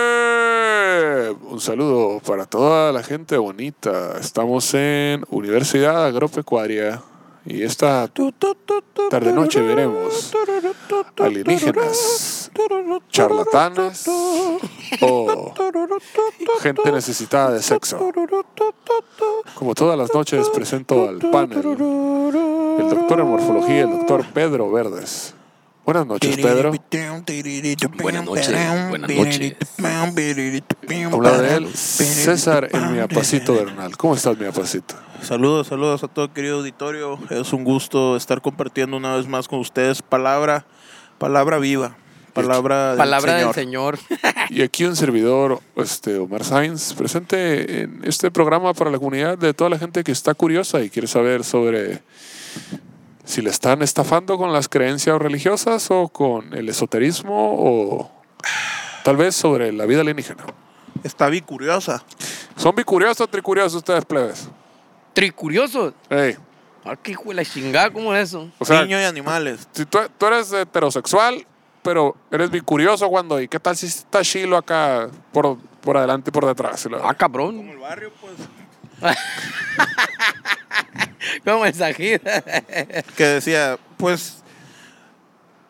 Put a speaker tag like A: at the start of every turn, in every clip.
A: ¡Eh! Un saludo para toda la gente bonita. Estamos en Universidad Agropecuaria y esta tarde noche veremos alienígenas, charlatanes o gente necesitada de sexo. Como todas las noches presento al panel el doctor en morfología, el doctor Pedro Verdes. Buenas noches, Pedro.
B: Buenas noches, buenas noches.
A: Habla de él, César el Miapacito Bernal. ¿Cómo estás, Miapacito?
C: Saludos, saludos a todo querido auditorio. Es un gusto estar compartiendo una vez más con ustedes palabra, palabra viva, palabra del
B: Palabra
C: Señor.
B: del Señor.
A: Y aquí un servidor, este Omar Sainz, presente en este programa para la comunidad de toda la gente que está curiosa y quiere saber sobre si le están estafando con las creencias religiosas o con el esoterismo o tal vez sobre la vida alienígena.
C: Está bicuriosa.
A: ¿Son bicuriosos o tricuriosos ustedes, plebes?
B: Tricurioso.
A: Ey,
B: Ah, qué hijo de la chingada, ¿cómo es eso?
A: o sea,
C: Niño y animales.
A: si tú, tú eres heterosexual, pero eres bicurioso cuando, ¿y qué tal si está chilo acá por, por adelante y por detrás? Y la-
B: Ah, cabrón.
C: el barrio, pues.
B: Como el Sajid.
C: Que decía, pues,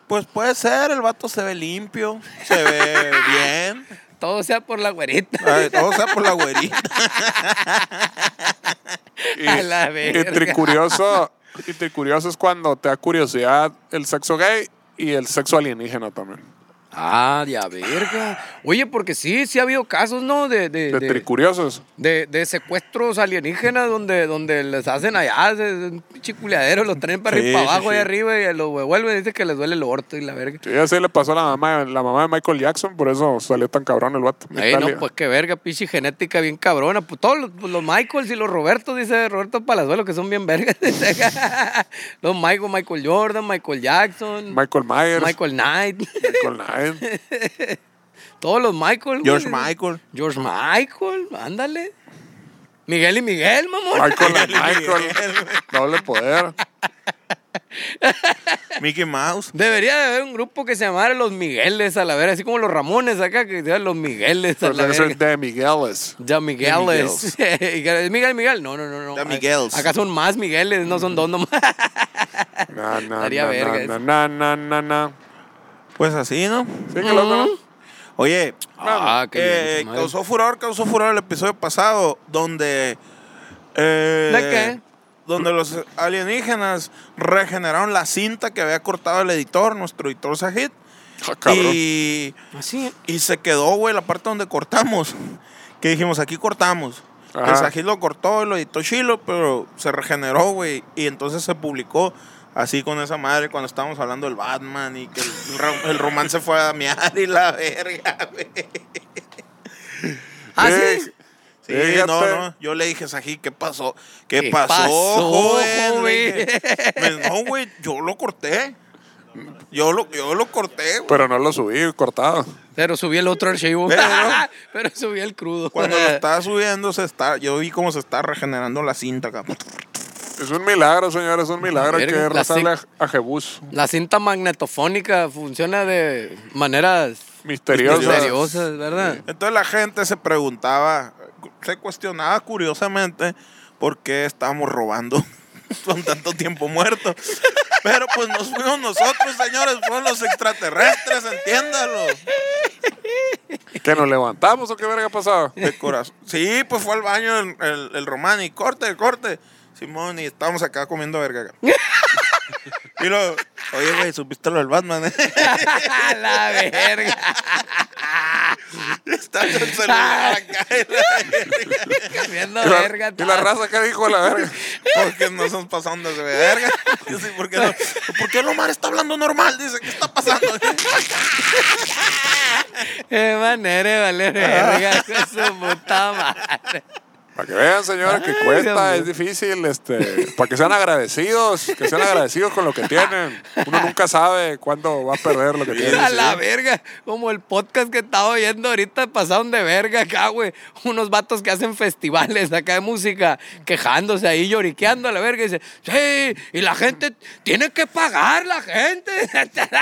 C: pues puede ser, el vato se ve limpio, se ve bien.
B: Todo sea por la güerita.
C: Ay, todo sea por la güerita.
A: Y,
B: A la verga.
A: y tricurioso, y tricurioso es cuando te da curiosidad el sexo gay y el sexo alienígena también.
B: Ah, de a verga. Oye, porque sí, sí ha habido casos, ¿no? De, de,
A: De
B: de,
A: tricuriosos.
B: de- de secuestros alienígenas donde, donde les hacen allá se- un pinche culiadero, los traen para arriba
C: Sí,
B: y
C: sí,
B: para abajo
C: sí.
B: y arriba y los devuelven. Dicen que les duele el orto y la verga.
A: Sí, así le pasó a la mamá, la mamá de Michael Jackson, por eso salió tan cabrón el vato.
B: Ey,
A: Natalia.
B: no, pues qué verga, pinche genética bien cabrona. Pues todos los, pues, los Michaels y los Robertos, dice Roberto Palazuelo, que son bien vergas. dice. los Michael, Michael Jordan, Michael Jackson,
A: Michael Myers. Michael,
B: Michael Knight.
A: Knight.
B: todos los Michael. güey.
C: George Michael.
B: George Michael, ándale. Miguel y Miguel, mamón.
A: Michael and Michael. Doble poder.
C: Mickey Mouse.
B: Debería de haber un grupo que se llamara Los Migueles, a la verga, así como los Ramones acá, que se llaman Los Migueles, a la
A: Pero eso
B: verga.
A: Pues, es de Migueles.
B: Ya Migueles. Miguel, Miguel. No, no, no. no.
C: Ya Miguels.
B: Acá son más Migueles, no son dos nomás.
A: Na, na,
B: Daría
A: na,
B: verga
A: na,
B: eso.
A: na, na, na, na.
C: Pues así, ¿no?
A: ¿Sí que lo conozco?
C: Oye,
B: Ah, qué bien,
C: eh,
B: qué madre.
C: causó furor, causó furor el episodio pasado donde... eh,
B: ¿De qué?
C: Donde los alienígenas regeneraron la cinta que había cortado el editor, nuestro editor Sajid.
A: Ah, cabrón.
C: Y,
B: Así es.
C: y se quedó, güey, la parte donde cortamos. Que dijimos, aquí cortamos.
A: Ajá.
C: El Sajid lo cortó, lo editó Chilo, pero se regeneró, güey. Y entonces se publicó así con esa madre cuando estábamos hablando del Batman y que el, ro- el romance fue a miar y la verga, güey.
B: ¿Ah,
A: Eh,
B: sí?
C: Sí,
A: Fíjate.
C: no, no. Yo le dije, Sají, ¿qué pasó? ¿Qué,
B: ¿Qué
C: pasó,
B: pasó,
C: joven?
B: joven?
C: Le dije, "Pues no, güey, yo lo corté. Yo lo, yo lo corté, güey.
A: Pero no lo subí, cortado.
B: Pero subí el otro archivo. Pero,
C: Pero-
B: subí el crudo.
C: Cuando lo estaba subiendo, se está, yo vi cómo se está regenerando la cinta acá.
A: Es un milagro, señores, es un milagro. Hay que
B: Verga, la
A: rezarle a, a Jebús.
B: La cinta magnetofónica funciona de maneras
A: Misterioso.
B: misteriosas, ¿verdad?
C: Entonces la gente se preguntaba, se cuestionaba curiosamente por qué estábamos robando con tanto tiempo muerto. Pero pues no fuimos nosotros, señores, fueron los extraterrestres, entiéndalo.
A: ¿Que nos levantamos o qué verga ha pasado?
C: De corazón. Sí, pues fue al baño el, el, el Román y corte, corte. Simón, y estábamos acá comiendo verga. acá. y luego, oye, güey, supiste lo del Batman, eh?
B: A la verga.
C: Está en el celular acá.
B: Cambiando
A: Y la,
B: verga.
A: y la raza que dijo la verga.
C: Porque no son pasando de verga. Yo sí, ¿por qué, no? ¿Por qué el Omar está hablando normal? Dice, ¿qué está pasando?
B: Qué manera de valer Eh, verga. hijo de su puta madre.
A: Para que vean, señores, que
B: Ay,
A: cuesta,
B: Dios
A: es difícil, este, para que sean agradecidos, que sean agradecidos con lo que tienen. Uno nunca sabe cuándo va a perder lo que tiene.
B: A la verga, como el podcast que estaba oyendo ahorita, pasaron de verga acá, güey. Unos vatos que hacen festivales acá de música, quejándose ahí, lloriqueando a la verga. Y dice, sí, y la gente tiene que pagar, la gente.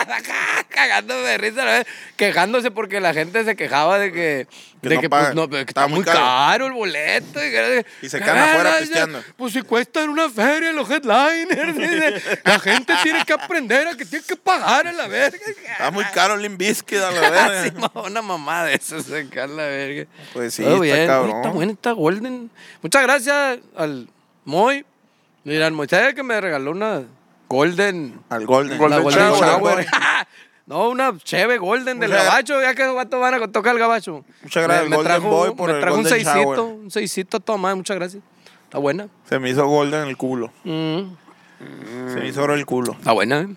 B: Cagándose de risa, la verga, quejándose porque la gente se quejaba de que,
C: Que
B: de
C: no
B: que,
C: paga.
B: pues, no, que
C: Estaba
B: está
C: muy
B: muy
C: caro.
B: caro. el boleto. Y, que-
C: Y se quedan afuera pisteando.
B: Pues si cuestan una feria los headliners, dice, la gente tiene que aprender a que tiene que pagar a la verga.
C: Está Ah, muy caro el Limbiskit a la
B: Ah, sí,
C: verga.
B: ma, una mamá de esas, sacar la verga.
C: Pues sí,
B: Todo
C: está cabrón.
B: Uy, Está buena, está golden. Muchas gracias al Moy. Mira, al Moisés que me regaló una golden.
C: Al Golden.
B: una
A: Golden
B: golden
A: shower.
B: shower. no, una cheve golden del
C: Muchas gra-
B: gabacho, ya que los vatos van a tocar el gabacho.
C: Muchas gracias al Golden Boy por
B: me
C: el
B: trajo un
C: golden
B: seisito,
C: shower.
B: un seisito a toda madre, muchas gracias. Está buena.
C: Se me hizo Golden el culo.
B: Mm,
C: Se me hizo oro el culo.
B: está buena, ¿eh?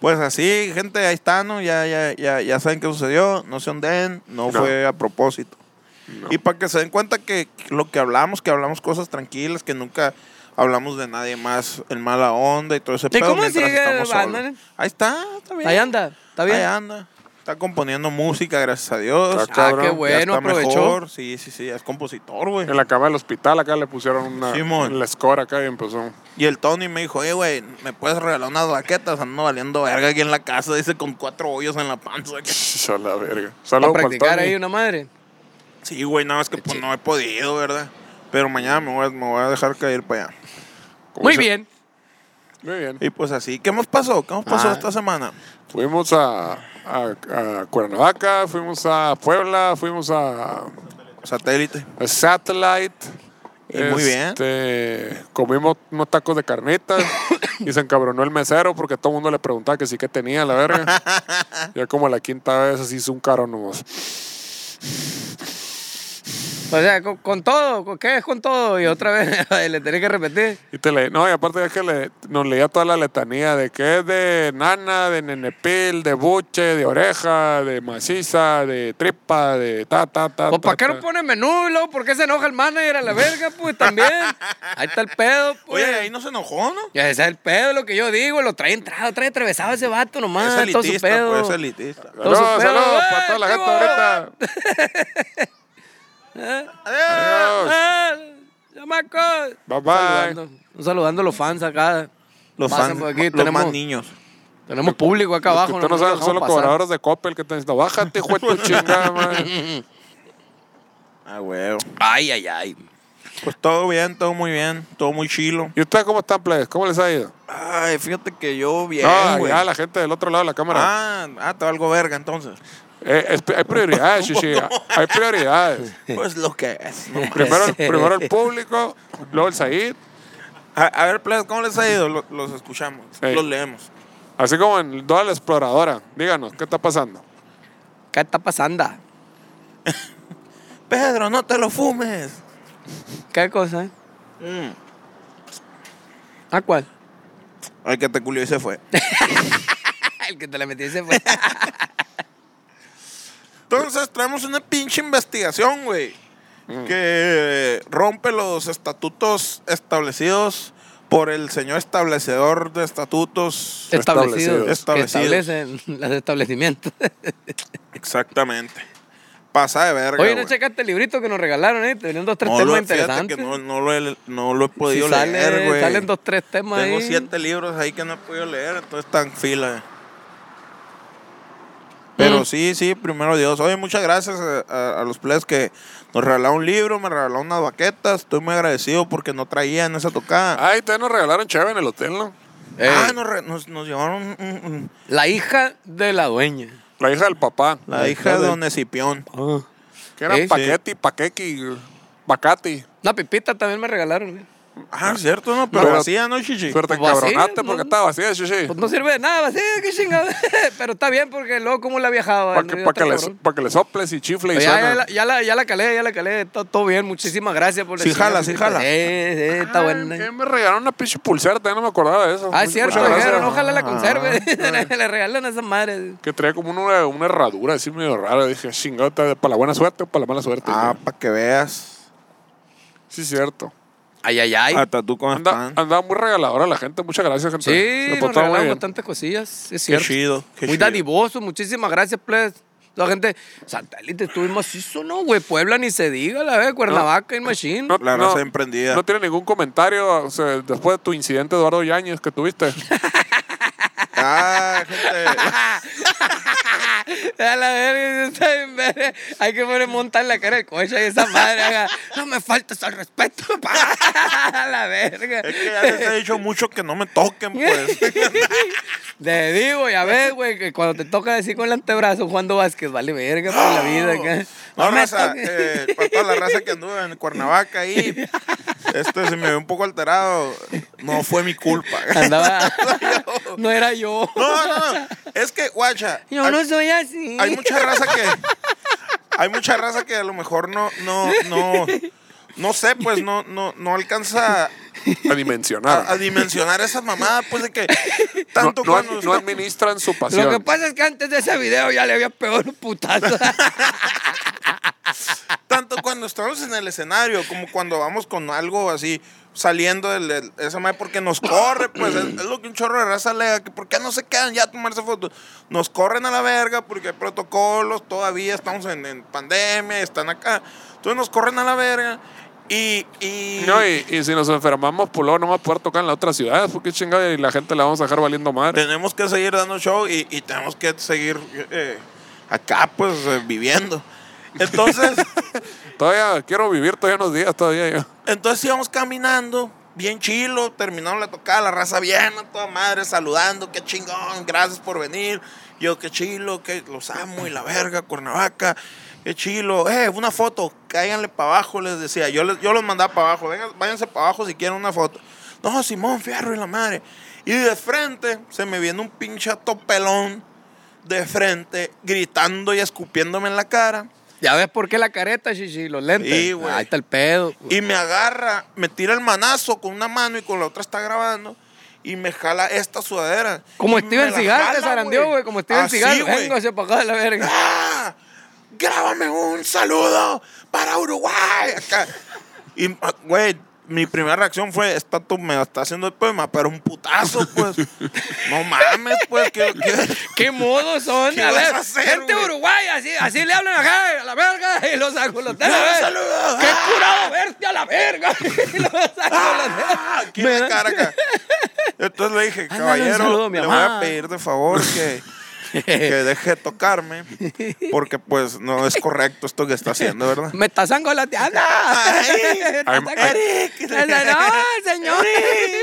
C: Pues así, gente, ahí está, ¿no? Ya, ya, ya, ya saben qué sucedió, no se onden, no,
A: No.
C: fue a propósito. Y para que se den cuenta que lo que hablamos, que hablamos cosas tranquilas, que nunca hablamos de nadie más en mala onda y todo ese
B: ¿Y cómo
C: mientras
B: sigue
C: estamos
B: el band,
C: solos.
B: Manuel?
C: Ahí está, está bien.
B: Ahí anda, está bien.
C: Ahí anda. Está componiendo música, gracias a Dios.
A: Está cabrón,
B: ah, qué
A: ya
C: Ya
B: bueno,
C: está
B: aprovechó.
C: mejor. Sí, sí, sí, ya es compositor, güey.
A: En la cama del hospital acá le pusieron una
C: Simón.
A: la score acá y empezó.
C: Y el Tony me dijo, eh, güey, ¿me puedes regalar unas baquetas? Ando valiendo verga aquí en la casa, dice, con cuatro hoyos en la panza.
A: A la verga.
B: Para
A: Saludos para el
B: practicar
A: Tony.
B: ahí una madre.
C: Sí, güey, nada más que pues,
B: Sí.
C: no he podido, ¿verdad? Pero mañana me voy, a, me voy a dejar caer para allá.
A: Como
B: Muy
A: dice-
B: bien.
A: Muy bien.
C: Y pues así, ¿qué más pasó? ¿Qué más pasó
B: Ah.
C: esta semana?
A: Fuimos a, a- a Cuernavaca, fuimos a Puebla, fuimos a,
C: Satélite.
A: a Satellite.
C: Y muy bien.
A: Este, Comimos unos tacos de carnitas y se encabronó el mesero porque todo el mundo le preguntaba que sí que tenía la verga. ya como la quinta vez así hizo un caro nomás.
B: O sea, con, con todo, ¿con ¿qué es con todo? Y otra vez le tenés que repetir.
A: Y te le, no, y aparte es que le, nos leía toda la letanía de que es de nana, de nenepil, de buche, de oreja, de maciza, de tripa, de ta, ta, ta.
B: Pues,
A: ta,
B: ¿para qué
A: ta.
B: no pone menú? y luego, ¿por qué se enoja el manager a la verga? Pues también. Ahí está el pedo, pues.
C: Oye, ahí no se enojó, ¿no?
B: Ya ese es el pedo, lo que yo digo. Lo trae entrado, trae atravesado ese vato nomás.
C: es
B: todo su
C: elitista,
B: Ah, pedo.
C: pues es elitista.
B: Todo
A: Saludos,
B: su
A: saludos
B: pedo, eh,
A: para toda la gente
B: chivo.
A: ahorita. Adiós.
B: ¡Ah! chamacos!
A: Bye, bye.
B: Saludando, saludando a los fans acá.
C: Los
B: Pasen
C: fans,
B: por aquí,
C: ma- los
B: tenemos-
C: más niños.
B: Tenemos público acá
A: Los que
B: abajo.
A: Usted no
B: nos
A: sabe,
B: dejamos
A: son los
B: pasar.
A: cobradores de Coppel que están diciendo, bájate, hijo de tu chingada, madre.
C: Ah, güey.
B: Ay, ay, ay.
C: Pues todo bien, todo muy bien, todo muy chilo.
A: ¿Y ustedes cómo están, plebes? ¿Cómo les ha ido?
C: Ay, fíjate que yo bien,
A: Ah,
C: güey.
A: ya la gente del otro lado de la cámara.
C: Ah, ah, te valgo verga entonces.
A: Eh, es- hay prioridades, chichi. Hay prioridades.
C: Pues lo que es. no más.
A: Primero, primero el público, luego el Said.
C: A, a ver, plebes, ¿cómo les ha ido? Lo- los escuchamos,
A: Ey.
C: los leemos.
A: Así como en toda la exploradora. Díganos, ¿qué está pasando?
B: ¿Qué está pasando?
C: Pedro, no te lo fumes.
B: ¿Qué cosa? eh?
C: Mm.
B: ¿A cuál?
C: Al que te culió y se fue.
B: El que te la metí ese fue.
C: Entonces traemos una pinche investigación, güey.
B: Mm.
C: Que rompe los estatutos establecidos por el señor establecedor de estatutos.
B: Establecidos.
C: Establecidos.
B: Que establecen los establecimientos.
C: Exactamente. Pasa de verga.
B: Oye, ¿no
C: güey.
B: checaste el librito que nos regalaron? Eh? Tenían dos, tres
C: No lo
B: temas
C: he- fíjate
B: interesantes.
C: que no, no lo he, no lo he
B: Sí,
C: podido
B: sale-
C: leer, güey.
B: salen dos, tres temas
C: Tengo
B: ahí.
C: siete libros ahí que no he podido leer, entonces están fila. Pero
B: Mm.
C: sí, sí, primero Dios. Oye, muchas gracias a, a- a los players que nos regalaron un libro, me regalaron unas baquetas. Estoy muy agradecido porque no traían esa tocada.
A: Ay, ustedes nos regalaron chévere en el hotel, ¿no?
B: Ah, Eh,
C: Ah, nos, re- nos, nos llevaron un- un- un-
B: La hija de la dueña.
A: La hija del papá.
C: la hija de
B: joder.
C: Don Escipión.
A: Que era
B: Sí.
A: Paqueti, Paquequi, Bacati.
B: Una pipita también me regalaron. eh.
C: Ah, cierto, no, pero,
A: Pero-
C: vacía, ¿no, Chichi?
A: Pero te
B: Pues vacía,
A: encabronaste
B: no-
A: porque estaba vacía, sí, sí.
B: Pues no sirve de nada, sí, qué chingada. Pero está bien porque luego cómo la viajaba.
A: Para que,
B: Está
A: pa' que le,
B: cabrón.
A: pa' que le soples y chifle y
B: Pues ya,
A: suena.
B: ya, la, ya, la, ya la calé, ya la calé. Está todo bien, muchísimas gracias por la
C: Sí jala,
B: chingada.
C: sí jala.
B: Sí, sí, eh, está
A: Ah,
B: buena.
A: que me regalaron una pinche pulsera, también no me acordaba de eso.
B: Ah, es
A: Muchas-
B: cierto,
A: muchas
B: dijeron,
A: gracias.
B: ojalá la
C: Ah,
B: conserve. Le regalan a esa madre.
A: Que traía como una, una herradura así medio rara. Dije, chingota, ¿para la buena suerte o para la mala suerte?
C: Ah,
A: Dije,
C: para que veas.
A: sí, cierto.
B: Ay, ay, ay.
C: Hasta tú con
A: Anda,
C: pan.
A: andaba muy regaladora la gente, muchas gracias, gente.
B: Sí, pues,
A: Se
B: nos
A: portaba muy
B: regalaron
A: bien.
B: bastantes cosillas, es
C: Qué
B: cierto.
C: chido. qué
B: Muy
C: chido.
B: dadivoso, muchísimas gracias, please. La gente, satélite, estuve macizo, ¿no, güey? Puebla ni se diga, la vez, Cuernavaca, y Machine.
A: No,
C: La
A: no,
C: raza emprendida.
A: No tiene ningún comentario o sea, después de tu incidente, Eduardo Yáñez, que tuviste.
C: Ah, gente.
B: A la verga, eso está bien, verga. Hay que poner montar la cara del coche y esa madre. haga, no me faltes al respeto, pa". A la verga.
C: Es que ya les he dicho mucho que no me toquen, pues.
B: Te digo, ya ves, güey, que cuando te toca decir con el antebrazo jugando Vázquez, vale verga por la vida. acá.
C: No,
B: me
C: raza,
B: toques.
C: eh, para toda la raza que anduvo en Cuernavaca ahí, este se me ve un poco alterado. No fue mi culpa.
B: Andaba. no era yo.
C: No, no, no. Es que, guacha,
B: Yo
C: hay,
B: no soy así.
C: hay mucha raza que. Hay mucha raza que a lo mejor no, no, no. No sé, pues no, no, no alcanza
A: A dimensionar.
C: a, a dimensionar esa mamada, pues de que
A: no,
C: tanto
A: no
C: cuando
A: ad- no
C: está-
A: administran su
B: Lo que
A: pasión.
B: pasa es que antes de ese video ya le había pegado un putazo.
C: tanto cuando estamos en el escenario como cuando vamos con algo así saliendo del, del- esa madre porque nos corre pues es, es lo que un chorro de raza alega que por qué no se quedan ya a tomarse fotos nos corren a la verga porque hay protocolos todavía estamos en, en pandemia están acá entonces nos corren a la verga y, y
A: No, y, y si nos enfermamos, pues luego no vamos a poder tocar en la otra ciudad, porque chingada, y la gente la vamos a dejar valiendo madre.
C: tenemos que seguir dando show y, y tenemos que seguir eh, acá pues eh, viviendo entonces
A: Todavía quiero vivir todavía unos días, todavía yo.
C: Entonces íbamos caminando, bien chilo, terminaron la tocada, la raza bien, a toda madre, saludando, qué chingón, gracias por venir. Yo, qué chilo, que los amo y la verga, Cuernavaca, qué chilo. Eh, una foto, cáiganle para abajo, les decía. Yo, les- yo los mandaba para abajo, vengan, váyanse para abajo si quieren una foto. No, Simón, fierro y la madre. Y de frente se me viene un pinche topelón de frente, gritando y escupiéndome en la cara.
B: ya ves por qué la careta, chichi, los lentes.
C: Sí, güey.
B: Ahí está el pedo.
C: Y me agarra, me tira el manazo con una mano y con la otra está grabando. Y me jala esta sudadera.
B: Como
C: Y me
B: Steven
C: la
B: Seagal
C: jala,
B: te zarandeó, güey. Como Steven
C: Así,
B: Seagal.
C: güey.
B: Vengo hacia para acá de la verga.
C: ¡Ah! Grábame un saludo para Uruguay. Acá. Y, ah, güey, mi primera reacción fue, esta tú me está haciendo el poema, pero un putazo, pues. no mames, pues. Que, que-
B: ¿Qué modos son?
C: ¿Qué
B: a
C: vas
B: ver,
C: a hacer,
B: gente
C: güey?
B: uruguaya, así, así le hablan acá, a la verga, y los angoloteros.
C: No,
B: ¡Qué
C: saludos. Ah.
B: curado verte a la verga! Y los
C: ¡Ah!
B: angoloteros.
C: Aquí en la cara acá. Entonces le dije,
B: Ándale, un
C: caballero,
B: saludo a mi
C: le voy
B: mamá".
C: a pedir de favor que, que deje de tocarme, porque pues no es correcto esto que está haciendo, ¿verdad?
B: ¡Me estás angoloteando!
A: Ay,
B: ¡No, señores!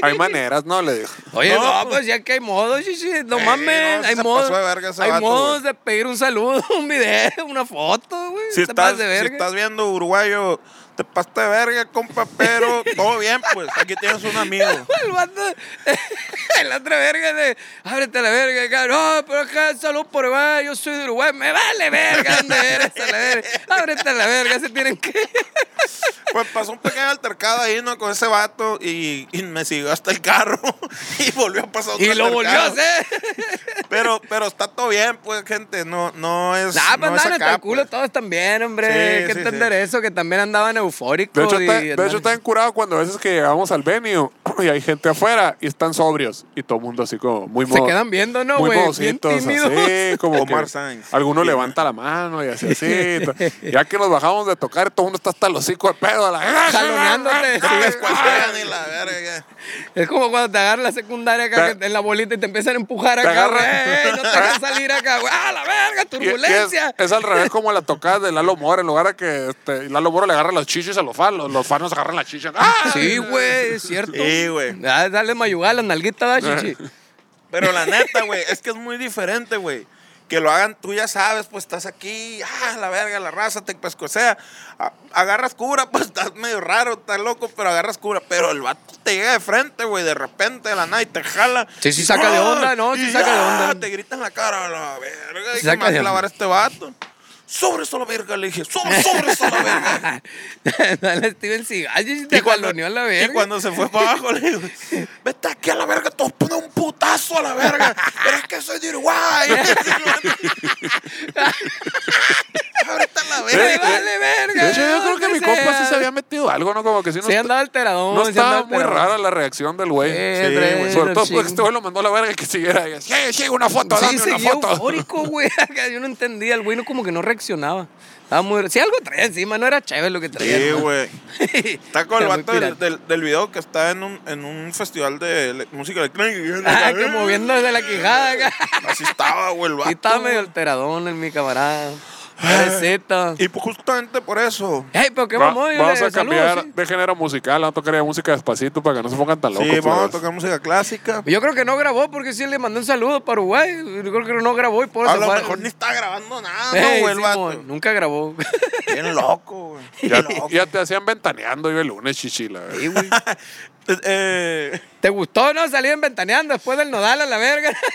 A: Hay maneras, ¿no? Le digo.
B: Oye,
C: No,
B: no, pues ya que hay modos, chichi. No
C: Sí,
B: mames,
C: no,
B: hay
C: se
B: modos.
C: pasó de verga ese
B: hay
C: vato,
B: modos
C: güey.
B: de pedir un saludo, un video, una foto, güey.
C: Si
B: Te
C: estás,
B: pasas de
C: si
B: verga.
C: estás viendo uruguayo, te pasaste de verga, compa, pero todo bien, pues aquí tienes un amigo.
B: El vato, el otro verga de, ábrete la verga, cabrón, no, pero acá, salud por Uruguay, yo soy de Uruguay, me vale verga, ¿dónde eres? A la verga, ábrete la verga, se tienen que...
C: Pues pasó un pequeño altercado ahí, ¿no? Con ese vato y, y me siguió hasta el carro y volvió a pasar otro
B: Y lo volvió a
C: altercado.
B: hacer.
A: Pues,
C: Pero, pero está todo bien, pues, gente. No, no es.
B: Nah,
C: no
B: pues
C: es
B: andaban hasta
C: acá,
B: el culo
C: pues.
B: todos también, hombre,
C: Sí,
B: hay que
C: sí,
B: entender
C: sí.
B: eso, que también andaban eufóricos.
A: De hecho,
B: y
A: está, de hecho,
B: andaban-
A: está encurado cuando a veces que llegamos al venue y hay gente afuera y están sobrios y todo el mundo así como muy
B: Se
A: mo-
B: quedan viendo, ¿no,
A: muy
B: güey? Bien
A: modositos,
B: tímidos.
A: así como
C: Omar
A: que
C: Sainz.
A: alguno
C: Sí.
A: levanta la mano y así así. ya que nos bajamos de tocar, todo el mundo está hasta los cinco de pedo a la
B: Jaloneándote,
C: No
B: sí.
C: les cuelgan ni la verga.
B: Es como cuando te agarran la secundaria acá
A: Te-
B: que en la bolita y te empiezan a empujar acá,
A: agarran-
B: güey, no te dejan salir acá, güey. ¡Ah, la verga,
A: Y- y es-
B: turbulencia!
A: es, al revés como la tocada de Lalo Mora, en lugar de que este, Lalo Mora le agarra los chichis a los fanos, los fanos agarran las chichis. ¡Ah!
B: Sí, güey, es cierto.
C: Sí, güey.
B: Ah, Dale mayugada a la nalguita, va, chichi.
C: Pero la neta, güey, es que es muy diferente, güey. que lo hagan, tú ya sabes, pues estás aquí, ah, la verga, la raza, te pescosea. A- agarras cura, pues estás medio raro, estás loco, pero agarras cura. Pero el vato te llega de frente, güey, de repente, de la nada, y te jala.
B: Sí, sí, saca de onda, ¿no? Sí
C: Y
B: saca de
C: ya,
B: onda.
C: Te grita en la cara, a la verga,
B: Sí
C: dije,
B: saca
C: me va a
B: de onda.
C: clavar este vato. Sobre eso la verga, le dije, sobre, sobre eso la verga.
B: Dale Steven Seagal, y te jaloneó a la verga.
C: Y cuando se fue para abajo, le digo, vete aquí a la verga, te voy a poner un putazo a la verga. Pero es que soy de Uruguay. Ahorita la
B: Me
C: verga.
B: vale verga.
A: De hecho, yo creo que mi
B: donde
A: compa sí
B: sea.
A: se había metido algo, ¿no? Como que sí no,
B: Sí,
A: est-
B: andaba alteradón.
A: no
B: sí
A: estaba
B: andaba
A: muy
B: alteradón.
A: rara la reacción del güey.
B: Eh,
C: Sí,
B: trae
C: güey.
A: Sobre todo
B: el
A: porque
B: ching.
A: este güey lo mandó a la verga que siguiera. ahí, Sí, sí, una foto,
B: Sí,
A: dame una
B: seguía
A: foto.
B: eufórico, güey. acá Yo no entendía. El güey no, como que no reaccionaba. Estaba muy... Sí, algo traía encima. No era chévere lo que traía.
C: Sí,
B: ¿no?
C: güey. Está con el
B: Era muy
C: vato del,
B: pirata.
C: del- del video que está en un, en un festival de ele- música electrónica.
B: Ah, que moviéndose la quijada acá.
C: Así estaba, güey, el vato.
B: Sí, estaba medio alteradón en mi camarada. Pobrecito.
C: Y pues, justamente por eso.
B: Ey, pero qué
A: Va-
B: mamón. yo
A: vamos
B: le
A: a
B: saludo,
A: cambiar
B: sí.
A: de género musical, vamos a tocar ya música despacito para que no se pongan tan locos. pues.
C: Sí, vamos a
A: plebes.
C: tocar música clásica.
B: Yo creo que no grabó porque sí le mandó un saludo para Uruguay. Yo creo que no grabó y por
C: A
B: eso
C: lo
B: fue-
C: mejor ni está grabando nada,
B: Ey,
C: güey, el
B: Simón,
C: vato.
B: Nunca grabó.
C: Bien loco, güey.
A: Ya,
C: Bien loco.
A: ya te hacían ventaneando yo el lunes, chichila.
B: Sí, güey.
C: Eh, eh,
B: ¿Te gustó, no? Salir en ventaneando después del nodal a la verga.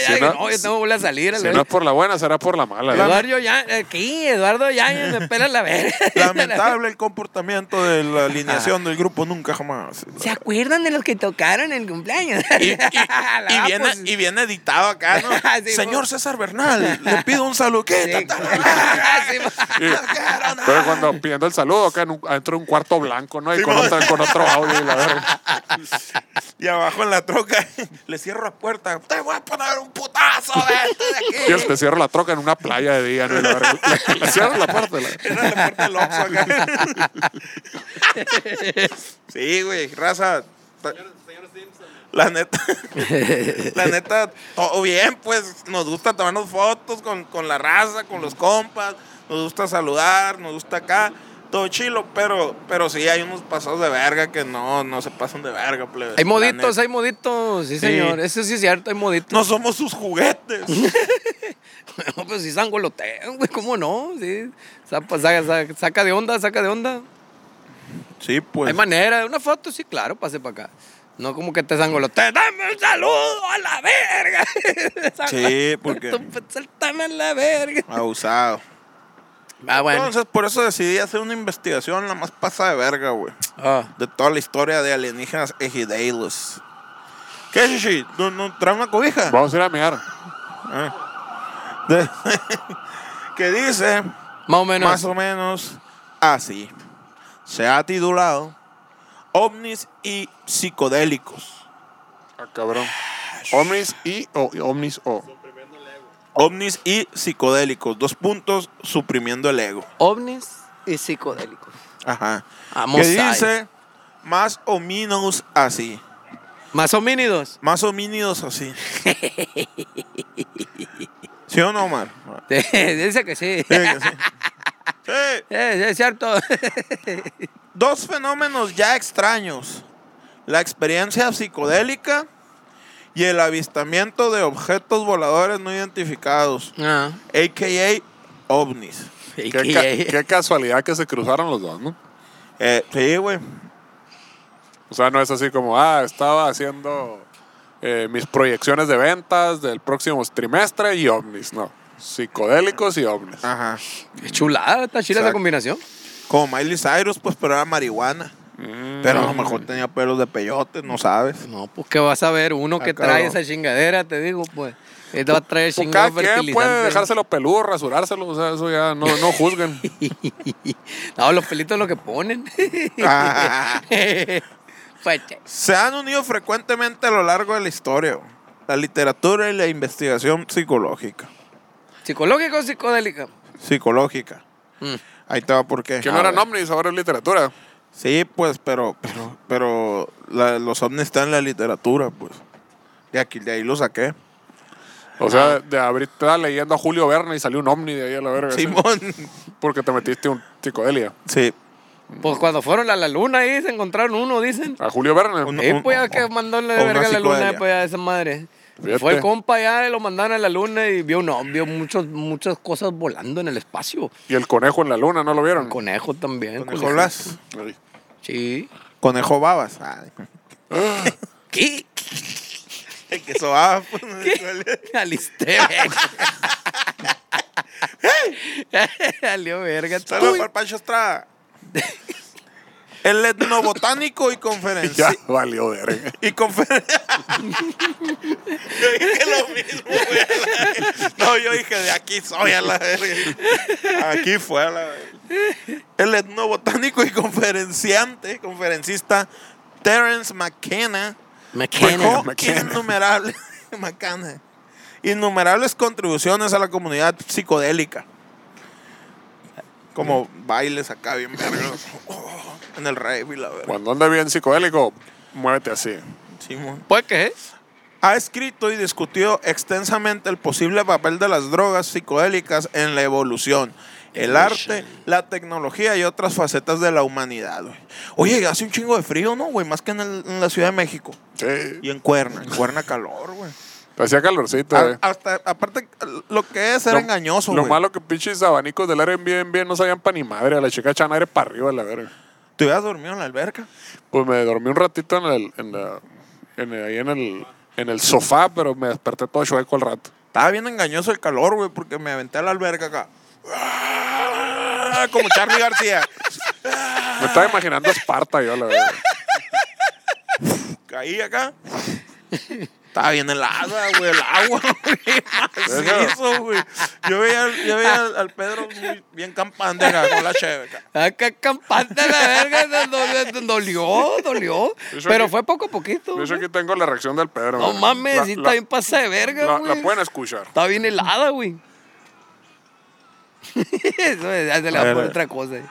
B: Ya
A: Si
B: dije,
A: no-
B: no, yo tengo que volver a salir a la
A: Si no
B: verga.
A: es por la buena, será por la mala. ¿eh?
B: Eduardo ya, aquí, Eduardo Yañez me pela la verga.
C: lamentable el comportamiento de la alineación del grupo nunca jamás.
B: ¿Se acuerdan de los que tocaron en el cumpleaños?
C: Y, y-
B: La
C: y
B: va,
C: viene,
B: pues.
C: y viene editado acá, ¿no?
B: Sí,
C: Señor
B: po.
C: César Bernal, le pido un saludo. ¿Qué?
B: Sí.
C: Tata, la
B: Sí,
C: verga.
B: va.
A: Y- pero cuando pidiendo el saludo, acá en un- adentro de un cuarto blanco, ¿no? Y con otro, con otro audio y la verga.
C: Y abajo en la troca le cierro la puerta. Te voy a poner un putazo, vete
A: Y
C: de
A: el
C: aquí.
A: te cierra la troca en una playa de día, ¿no? Y la verga. Le- le cierra la puerta. la-
C: Era la puerta del Oxxo acá. Sí, güey, raza. La neta, la neta, todo bien, pues nos gusta tomarnos fotos con, con la raza, con los compas, nos gusta saludar, nos gusta acá, todo chilo, pero, pero sí hay unos pasados de verga que no, no se pasan de verga, plebe.
B: Hay
C: La
B: moditos,
C: neta.
B: hay moditos. Sí, señor. Eso sí es cierto, hay moditos.
C: No somos sus juguetes.
B: No, pues sí sangolotean, güey. ¿Cómo no? Sí. Saca, saca- saca- saca de onda, saca de onda.
C: Sí, pues.
B: Hay manera. Una foto, sí, claro, pase para acá. No como que te sangolotean. ¡Dame un saludo a la verga!
C: Sí, porque-
B: Tú, pues, Saltame a la verga.
C: Abusado.
B: Ah, bueno.
C: Entonces, por eso decidí hacer una investigación la más pasada de verga, güey.
B: Ah.
C: de toda la historia de alienígenas ejideilos. ¿Qué es Shishi? ¿No, no trae una cobija?
A: Vamos a ir a mirar.
C: De- que dice,
B: Más o menos.
C: más o menos, así. Se ha titulado Ovnis y psicodélicos.
A: Ah, cabrón. Omnis y o y Omnis o.
C: Ovnis y psicodélicos. Dos puntos suprimiendo el ego.
B: ovnis y psicodélicos.
C: Ajá.
B: Vamos
C: que
B: ahí.
C: dice, más o menos así.
B: Más homínidos.
C: Más homínidos así. ¿Sí o no, Omar?
B: Sí, dice que sí.
C: Sí,
B: Sí,
C: que sí. Sí.
B: sí, es cierto.
C: Dos fenómenos ya extraños. La experiencia psicodélica y el avistamiento de objetos voladores no identificados,
B: Ah.
C: a.k.a. ovnis.
A: Qué,
B: Y que-
A: ca- qué casualidad que se cruzaron los dos, ¿no?
C: Eh, sí, güey.
A: O sea, no es así como, ah, estaba haciendo eh, mis proyecciones de ventas del próximo trimestre y ovnis, no. Psicodélicos y ovnis.
C: Ajá.
B: Qué chulada, está chila esa
A: Exacto.
B: combinación.
C: Como Miley Cyrus, pues, pero era marihuana. Pero a lo mejor tenía pelos de peyote, no sabes.
B: No, pues que vas a ver uno que
C: Ah,
B: trae
C: cabrón.
B: esa chingadera, te digo, pues. Él te va a traer
A: Pues
B: chingado
A: cada quien
B: fertilizante.
A: puede dejárselo peludo, rasurárselo, o sea, eso ya no, no juzguen.
B: No, los pelitos lo que ponen. Pues, che.
C: Se han unido frecuentemente a lo largo de la historia, güey. la literatura y la investigación psicológica.
B: Psicológico o psicodélica.
C: Psicológica.
B: Mm.
C: Ahí te va por qué.
A: que
C: Ah,
A: no eran
C: güey.
A: ovnis, ahora es literatura.
C: Sí, pues, pero, pero, pero la- los ovnis están en la literatura, pues. De aquí, de ahí lo saqué.
A: O sea, de abrir estaba leyendo a Julio Verne y salió un ovni de ahí a la verga. así,
C: Simón.
A: Porque te metiste un psicodelia.
C: Sí.
B: Pues cuando fueron a la luna ahí se encontraron uno, dicen.
A: A Julio Verne.
C: Un-
B: Eh, pues
C: un-
B: ya que mandó la
C: o una
B: verga a la luna,
C: psicodelia.
B: pues a esa madre. Fue el
A: Fíjate.
B: compa allá, lo mandaron a la luna y vio, no, vio muchos, muchas cosas volando en el espacio.
A: Y el conejo en la luna, ¿no lo vieron?
B: Conejo también.
C: Mm. Conejo
B: conejo.
C: Blas.
A: Ay.
B: Sí.
C: Conejo Babas. Ay,
B: ¿Qué?
C: el que sobaba. pues,
B: Alisté, Salió verga.
C: Saludos
B: Uy.
C: para Pancho Estrada. El etnobotánico y
A: Ya
C: conferencia.
A: valió verga.
C: Y conferencia. yo dije lo mismo, güey. a la- No, yo dije, de aquí soy a la verga. Aquí fue a la verga. El etnobotánico y conferenciante, conferencista Terence McKenna.
B: McKenna.
C: Dejó
A: McKenna.
C: innumerables, Macana. innumerables contribuciones a la comunidad psicodélica. Como bailes acá bien vergas. Oh, en el rave y la verga.
A: Cuando anda bien psicodélico, muévete así.
C: Simón.
B: Pues qué.
C: Ha escrito y discutido extensamente el posible papel de las drogas psicodélicas en la evolución, el arte, la tecnología y otras facetas de la humanidad. güey. Oye, hace un chingo de frío, ¿no, güey? Más que en, el- en la Ciudad de México.
A: Sí.
C: Y en Cuerna. En Cuerna calor, güey.
A: Hacía calorcito,
C: A-
A: eh.
C: hasta, aparte, lo que es era engañoso,
A: Lo
C: güey.
A: malo que pinches abanicos del aire bien, bien no sabían pa' ni madre. A la chica echaban aire para arriba, la verga.
C: ¿Te hubieras dormido en la alberca?
A: Pues me dormí un ratito en el, en la, en el- ahí en el, en el sofá, pero me desperté todo chueco al rato.
C: Estaba bien engañoso el calor, güey, porque me aventé a la alberca acá. Ah, Como Charlie García.
A: Me estaba imaginando a Esparta yo, la verga.
C: Caí acá. Estaba bien helada, güey, el agua, güey. macizo, güey. Yo veía, al- yo veía al, al Pedro muy bien campante acá con la cheve acá.
B: Acá Ah, campante la verga. dolió, Dolió, dolió.
A: Eso
B: Pero
A: aquí-
B: fue poco a poquito.
A: De hecho,
B: güey.
A: aquí tengo la reacción del Pedro.
B: No
A: güey.
B: mames,
A: La-
B: sí está
A: la-
B: bien pasa de verga,
A: la-
B: güey.
A: la pueden escuchar.
B: Está bien helada, güey. Eso es, ya se le
C: A ver,
B: va a poner
C: a ver.
B: otra cosa.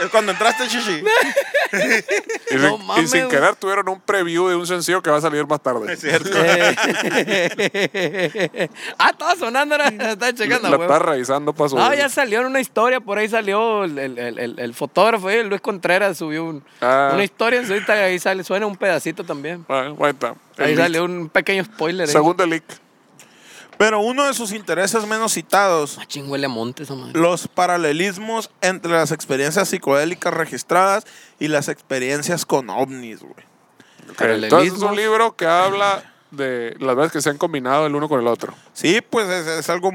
C: Es cuando entraste,
A: Y,
C: Chichi.
B: No
A: sin, y
B: mames,
A: sin
B: güey.
A: querer tuvieron un preview de un sencillo que va a salir más tarde.
C: Es cierto.
B: Eh. ah, estaba sonando, era- estaba checando,
A: la
B: güey.
A: está revisando para subir.
B: Ah, ya salió en una historia, por ahí salió el, el- el- el- el fotógrafo, eh, Luis Contreras subió un-
A: Ah.
B: una historia en su Instagram, ahí sale, suena un pedacito también.
A: Bueno, Ah, ahí está. El
B: Ahí
A: leak.
B: salió un pequeño spoiler. eh. ahí.
A: Segundo leak.
C: Pero uno de sus intereses menos citados
B: Ah, ching, huele a monte esa madre.
C: los paralelismos entre las experiencias psicodélicas registradas y las experiencias con ovnis, güey.
A: Ok,
B: Paralelismos.
A: Entonces es un libro que habla de las veces que se han combinado el uno con el otro.
C: Sí, pues es, es algo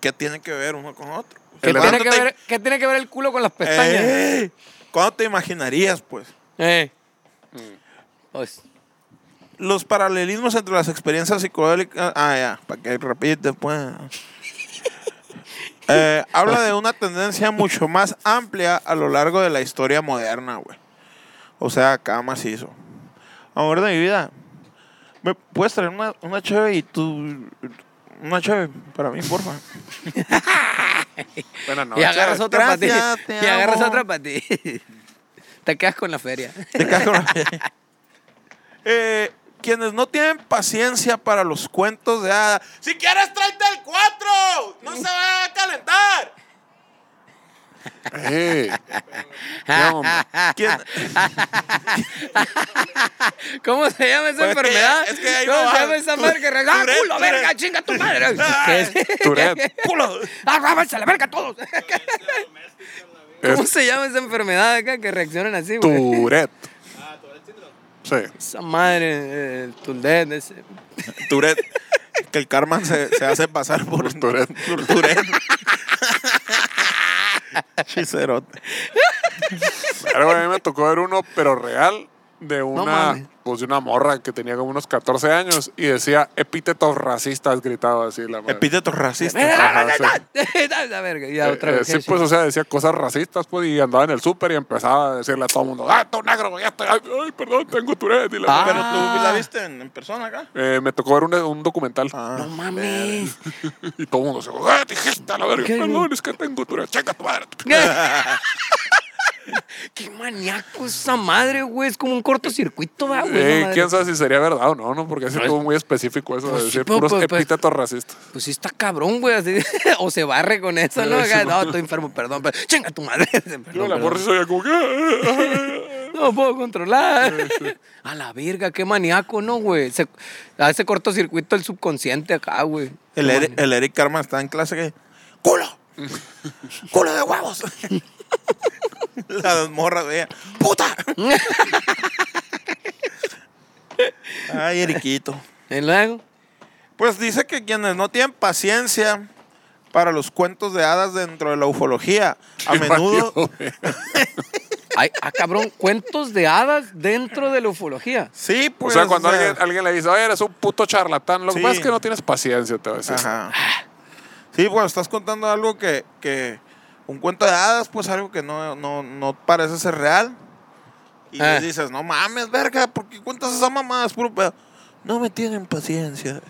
C: que tiene que ver uno con otro.
B: ¿Qué
A: el
B: tiene,
C: elefante
B: que
C: te-
B: ver, qué tiene que ver el culo con las pestañas?
C: ¡Ey! ¿Cuándo te imaginarías, pues?
B: Eh.
C: Mm.
B: Pues,
C: Los paralelismos entre las experiencias psicodélicas. Ah, ya, para que repite, pues. Eh, habla de una tendencia mucho más amplia a lo largo de la historia moderna, güey. O sea, acá macizo. Amor de mi vida, ¿me puedes traer una, una cheve y tú. Una cheve para mí, porfa?
A: Buenas noches.
B: y agarras otra para ti.
C: gracias, te
B: Y agarras
C: amo.
B: otra para ti. Te quedas con la feria.
C: Te cago en la- Eh, quienes no tienen paciencia para los cuentos de hada. Si quieres, tráete el 4. No se va a calentar.
A: Ey. Ya, hombre.
C: ¿Quién-
B: ¿Cómo se llama esa
C: Pues es que
B: enfermedad?
C: ya- es que ahí
B: ¿Cómo
C: no
B: se
C: va.
B: llama esa
C: Tu-
B: marca? ¡Ah,
C: Tourette,
B: culo,
C: Tourette.
B: verga! ¡Chinga tu madre!
C: Ay,
B: ¿Qué es?
A: Tourette.
B: ¡Culo! ¡Arrábanse Ah, a la verga todos! ¿Cómo
A: Es
B: se llama esa enfermedad acá que reaccionan así, güey?
A: Tourette. Sí.
B: Esa madre, eh, el Tuldet, ese.
C: Tourette. Que el Carman se, se hace pasar por
A: Tourette.
C: por Tourette. Chicerote.
A: Pero a mí me tocó ver uno, pero real, de una,
B: mames.
A: pues, de una morra que tenía como unos 14 años y decía epítetos racistas, gritaba así la madre.
C: Epítetos racistas.
A: Ajá, sí.
B: La verga, ya otra
A: Eh, eh,
B: vez.
A: sí, pues, o sea, decía cosas racistas, pues, y andaba en el súper y empezaba a decirle a todo el mundo, ¡ah, tú negro! Ya estoy, ay, ay, perdón, tengo Tourette. y la
B: Ah.
C: Pero
A: madre.
C: tú la viste en, en persona acá. Ah.
A: Eh, me tocó ver un, un documental
B: No mames.
A: y todo el mundo se ¡ah, dijiste a la verga!
B: ¿Qué?
A: Perdón, es que tengo Tourette, checa tu madre.
B: Qué maníaco esa madre, güey. Es como un cortocircuito, va, güey. esa
A: Eh,
B: madre.
A: ¿Quién sabe si sería verdad o no? no Porque es estuvo muy específico eso
B: Pues
A: de
B: sí,
A: decir
B: pero,
A: puros
B: pues, pues.
A: epítetos racistas.
B: Pues sí está cabrón, güey. así. o se barre con eso, ¿no?
A: Eh,
B: Acá,
A: sí,
B: no, estoy enfermo, perdón. Pero, chinga tu madre. Perdón,
A: Yo la
B: perdón.
A: morra sí sabía como "Ah". que...
B: No puedo controlar. A la verga, qué maníaco, ¿no, güey? Se, a ese cortocircuito el subconsciente acá, güey.
C: El, Eri- el Eric Carman está en clase que. ¡Culo! ¡Culo de huevos! Las morras veía. ¡Puta! Ay, Eriquito.
B: Y luego,
C: Pues dice que quienes no tienen paciencia para los cuentos de hadas dentro de la ufología, a menudo.
B: hay, ah, cabrón, cuentos de hadas dentro de la ufología.
C: Sí,
A: O
C: pues.
A: sea, cuando
C: o sea,
A: alguien, alguien le dice, oye, eres un puto charlatán, lo que
C: Sí.
A: pasa es que no tienes paciencia, te va a decir.
C: Ajá. Ah. Sí, bueno, estás contando algo que, que un cuento de hadas, pues algo que no, no, no parece ser real. Y
B: Ah.
C: les dices, no mames, verga, ¿por qué cuentas esa mamada? Es puro pedo. No me tienen paciencia.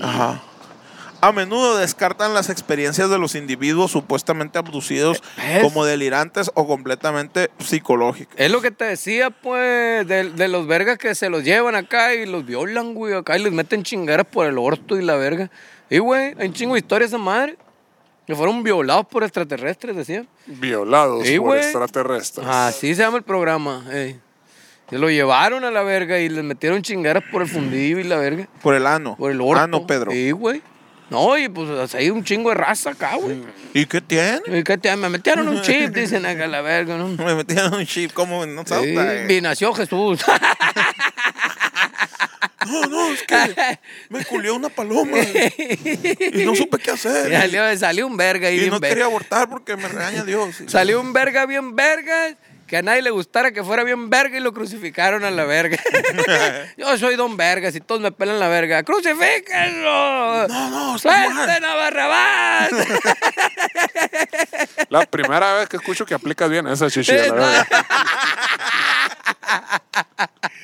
C: Ajá. A menudo descartan las experiencias de los individuos supuestamente abducidos
B: ¿Ves?
C: como delirantes o completamente psicológicas.
B: Es lo que te decía, pues, de, de los vergas que se los llevan acá y los violan, güey, acá y les meten chingaras por el orto y la verga. Y, güey, hay un chingo de historias de esa madre. Que fueron violados por extraterrestres, decían.
A: Violados
B: Sí,
A: por
B: güey.
A: extraterrestres.
B: Así se llama el programa. ey. Se lo llevaron a la verga y les metieron chingaras por el fundido y la verga.
C: Por el ano.
B: Por el orto.
C: Ano, Ah, Pedro.
B: Sí, güey. No, y pues hay un chingo de raza acá, güey.
C: ¿Y qué tiene?
B: Y que te- Me metieron un chip, dicen acá, la verga, ¿no?
C: Me metieron un chip, como no
B: Sí,
C: sabes.
B: y nació Jesús.
C: No, no, es que me culió una paloma y no supe qué
B: Y
C: hacer.
B: salió, salió un verga ahí
C: Y
B: bien
C: no
B: verga.
C: quería abortar porque me regaña Dios.
B: Salió un verga bien verga, que a nadie le gustara que fuera bien verga y lo crucificaron a la verga. Yo soy don vergas y todos me pelan la verga. ¡Crucifíquenlo!
C: No, no, está mal.
B: ¡Suelten a Barrabás!
A: La primera vez que escucho que aplicas bien esa chichi. la verdad.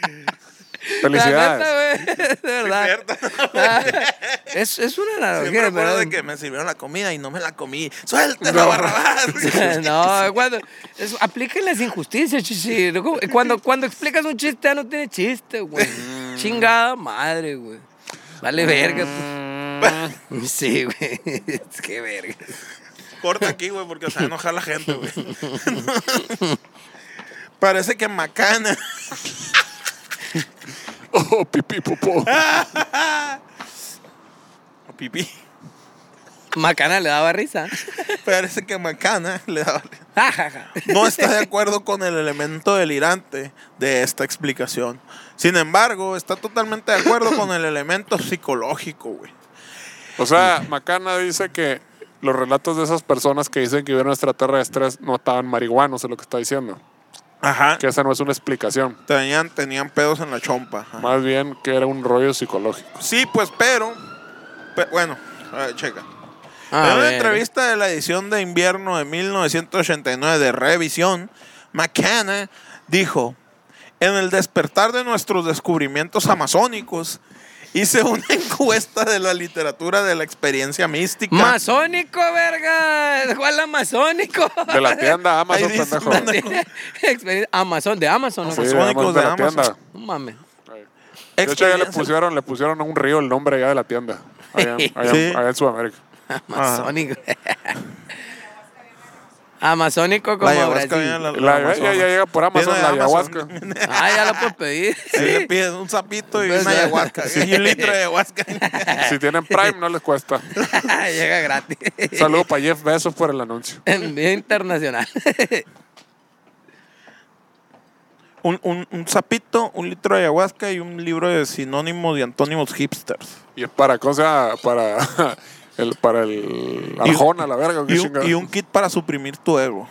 B: La
A: Felicidades.
B: neta, güey, de verdad. Ah, Es, es
C: Siempre
B: una analogía,
C: me acuerdo
B: ¿verdad?
C: de que me sirvieron la comida y no me la comí. ¡Suéltala, Barrabás!
B: no, cuando es- apliquen las injusticias, chichi. ¿no? Como- Cuando, cuando explicas un chiste, ya no tiene chiste, güey.
C: Mm.
B: Chingada madre, güey. Vale verga.
C: Mm.
B: pues. Sí, güey. Es que verga.
C: Corta aquí, güey, porque se va a enojar la gente, güey. Parece que Macana
A: Oh, pipí, popó.
C: Pipí.
B: Macana le daba risa.
C: Parece que Macana le daba-
B: Ja, ja, ja.
C: no está de acuerdo con el elemento delirante de esta explicación. Sin embargo, está totalmente de acuerdo con el elemento psicológico, güey.
A: O sea, Macana dice que los relatos de esas personas que dicen que vieron extraterrestres no estaban marihuanos, es lo que está diciendo.
C: Ajá.
A: Que esa no es una explicación.
C: Tenían, tenían pedos en la chompa. ajá.
A: Más bien que era un rollo psicológico.
C: Sí, pues, pero. pe- bueno, a ver, checa.
B: A
C: en una
B: ver.
C: entrevista de la edición de invierno de 1989 de Revisión, McKenna dijo: En el despertar de nuestros descubrimientos amazónicos, hice una encuesta de la literatura de la experiencia mística.
B: Masónico, verga. ¿Cuál amazónico?
A: De la tienda Amazon,
C: Ahí dice,
A: pendejo.
C: manda-
B: Experiencia- Amazon, de Amazon, ¿no?
A: Sí, de
C: Amazónicos
A: Amazon, de
C: de
A: la
C: Amazon.
A: tienda.
B: No mames.
A: De hecho, ya le
C: Experiencia-
A: pusieron, le pusieron a un río el nombre ya de la tienda. Allá, allá-
C: Sí.
A: allá en Sudamérica.
B: Amazónico. Amazónico como
C: La ayahuasca
B: Brasil.
C: viene a la- la
A: La-
C: Amazonas.
A: ya, ya llega por Amazon
C: Viene
A: la
C: de Amazon.
A: ayahuasca.
B: Ah, ya lo puedes pedir.
C: Sí, le pides un sapito y
B: Pues,
C: una
B: ya.
C: ayahuasca. Y un litro de ayahuasca.
A: Si tienen Prime, no les cuesta.
B: Llega gratis.
A: Saludo para Jeff Bezos por el anuncio.
B: Envío internacional.
C: un, un, un sapito, un litro de ayahuasca y un libro de sinónimos y antónimos hipsters.
A: Y es para, ¿cómo se llama? Para el, para el
C: Y un-
A: Arjona, la verga. qué
C: Y un,
A: chingada.
C: y un kit para suprimir tu ego.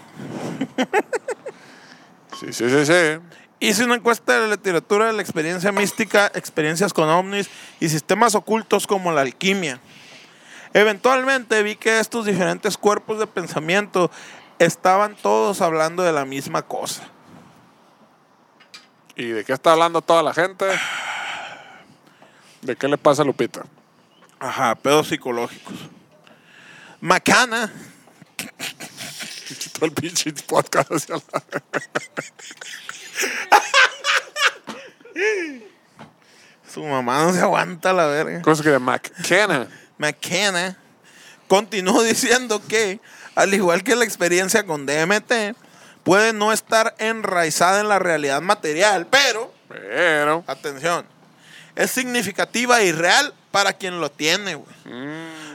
A: Sí, sí, sí, sí.
C: Hice una encuesta de la literatura de la experiencia mística, experiencias con ovnis y sistemas ocultos como la alquimia. Eventualmente vi que estos diferentes cuerpos de pensamiento estaban todos hablando de la misma cosa.
A: ¿Y de qué está hablando toda la gente? ¿De qué le pasa a Lupita?
C: Ajá, pedos psicológicos. Macana
A: todo el pinche podcast hacia la...
C: Su mamá no se aguanta la verga.
A: ¿Cómo se llama? McKenna.
C: McKenna continuó diciendo que, al igual que la experiencia con DMT, puede no estar enraizada en la realidad material, pero,
A: Pero...
C: atención, es significativa y real para quien lo tiene, güey.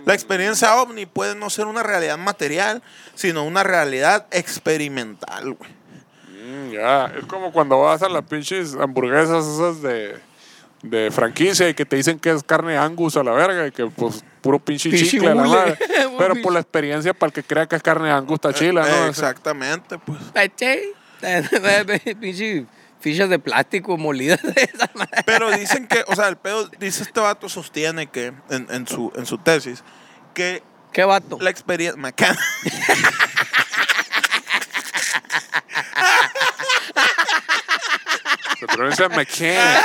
C: La experiencia ovni puede no ser una realidad material, sino una realidad experimental, güey.
A: Mm, Ya, es como cuando vas a las pinches hamburguesas esas de, de franquicia y que te dicen que es carne angus a la verga y que pues puro pinche
B: Pinche
A: chicle a la
B: hule.
A: madre. Pero por la experiencia, para el que crea que es carne angus está chila,
C: Eh,
A: ¿no?
C: exactamente, pues.
B: Che, Pinche fichas de plástico molidas de esa madre.
C: Pero dicen que, o sea, el pedo, dice este vato, sostiene que, en, en su, en su tesis, que
B: ¿Qué vato?
C: la experiencia. Me ca-
A: Se pronuncia McKenna.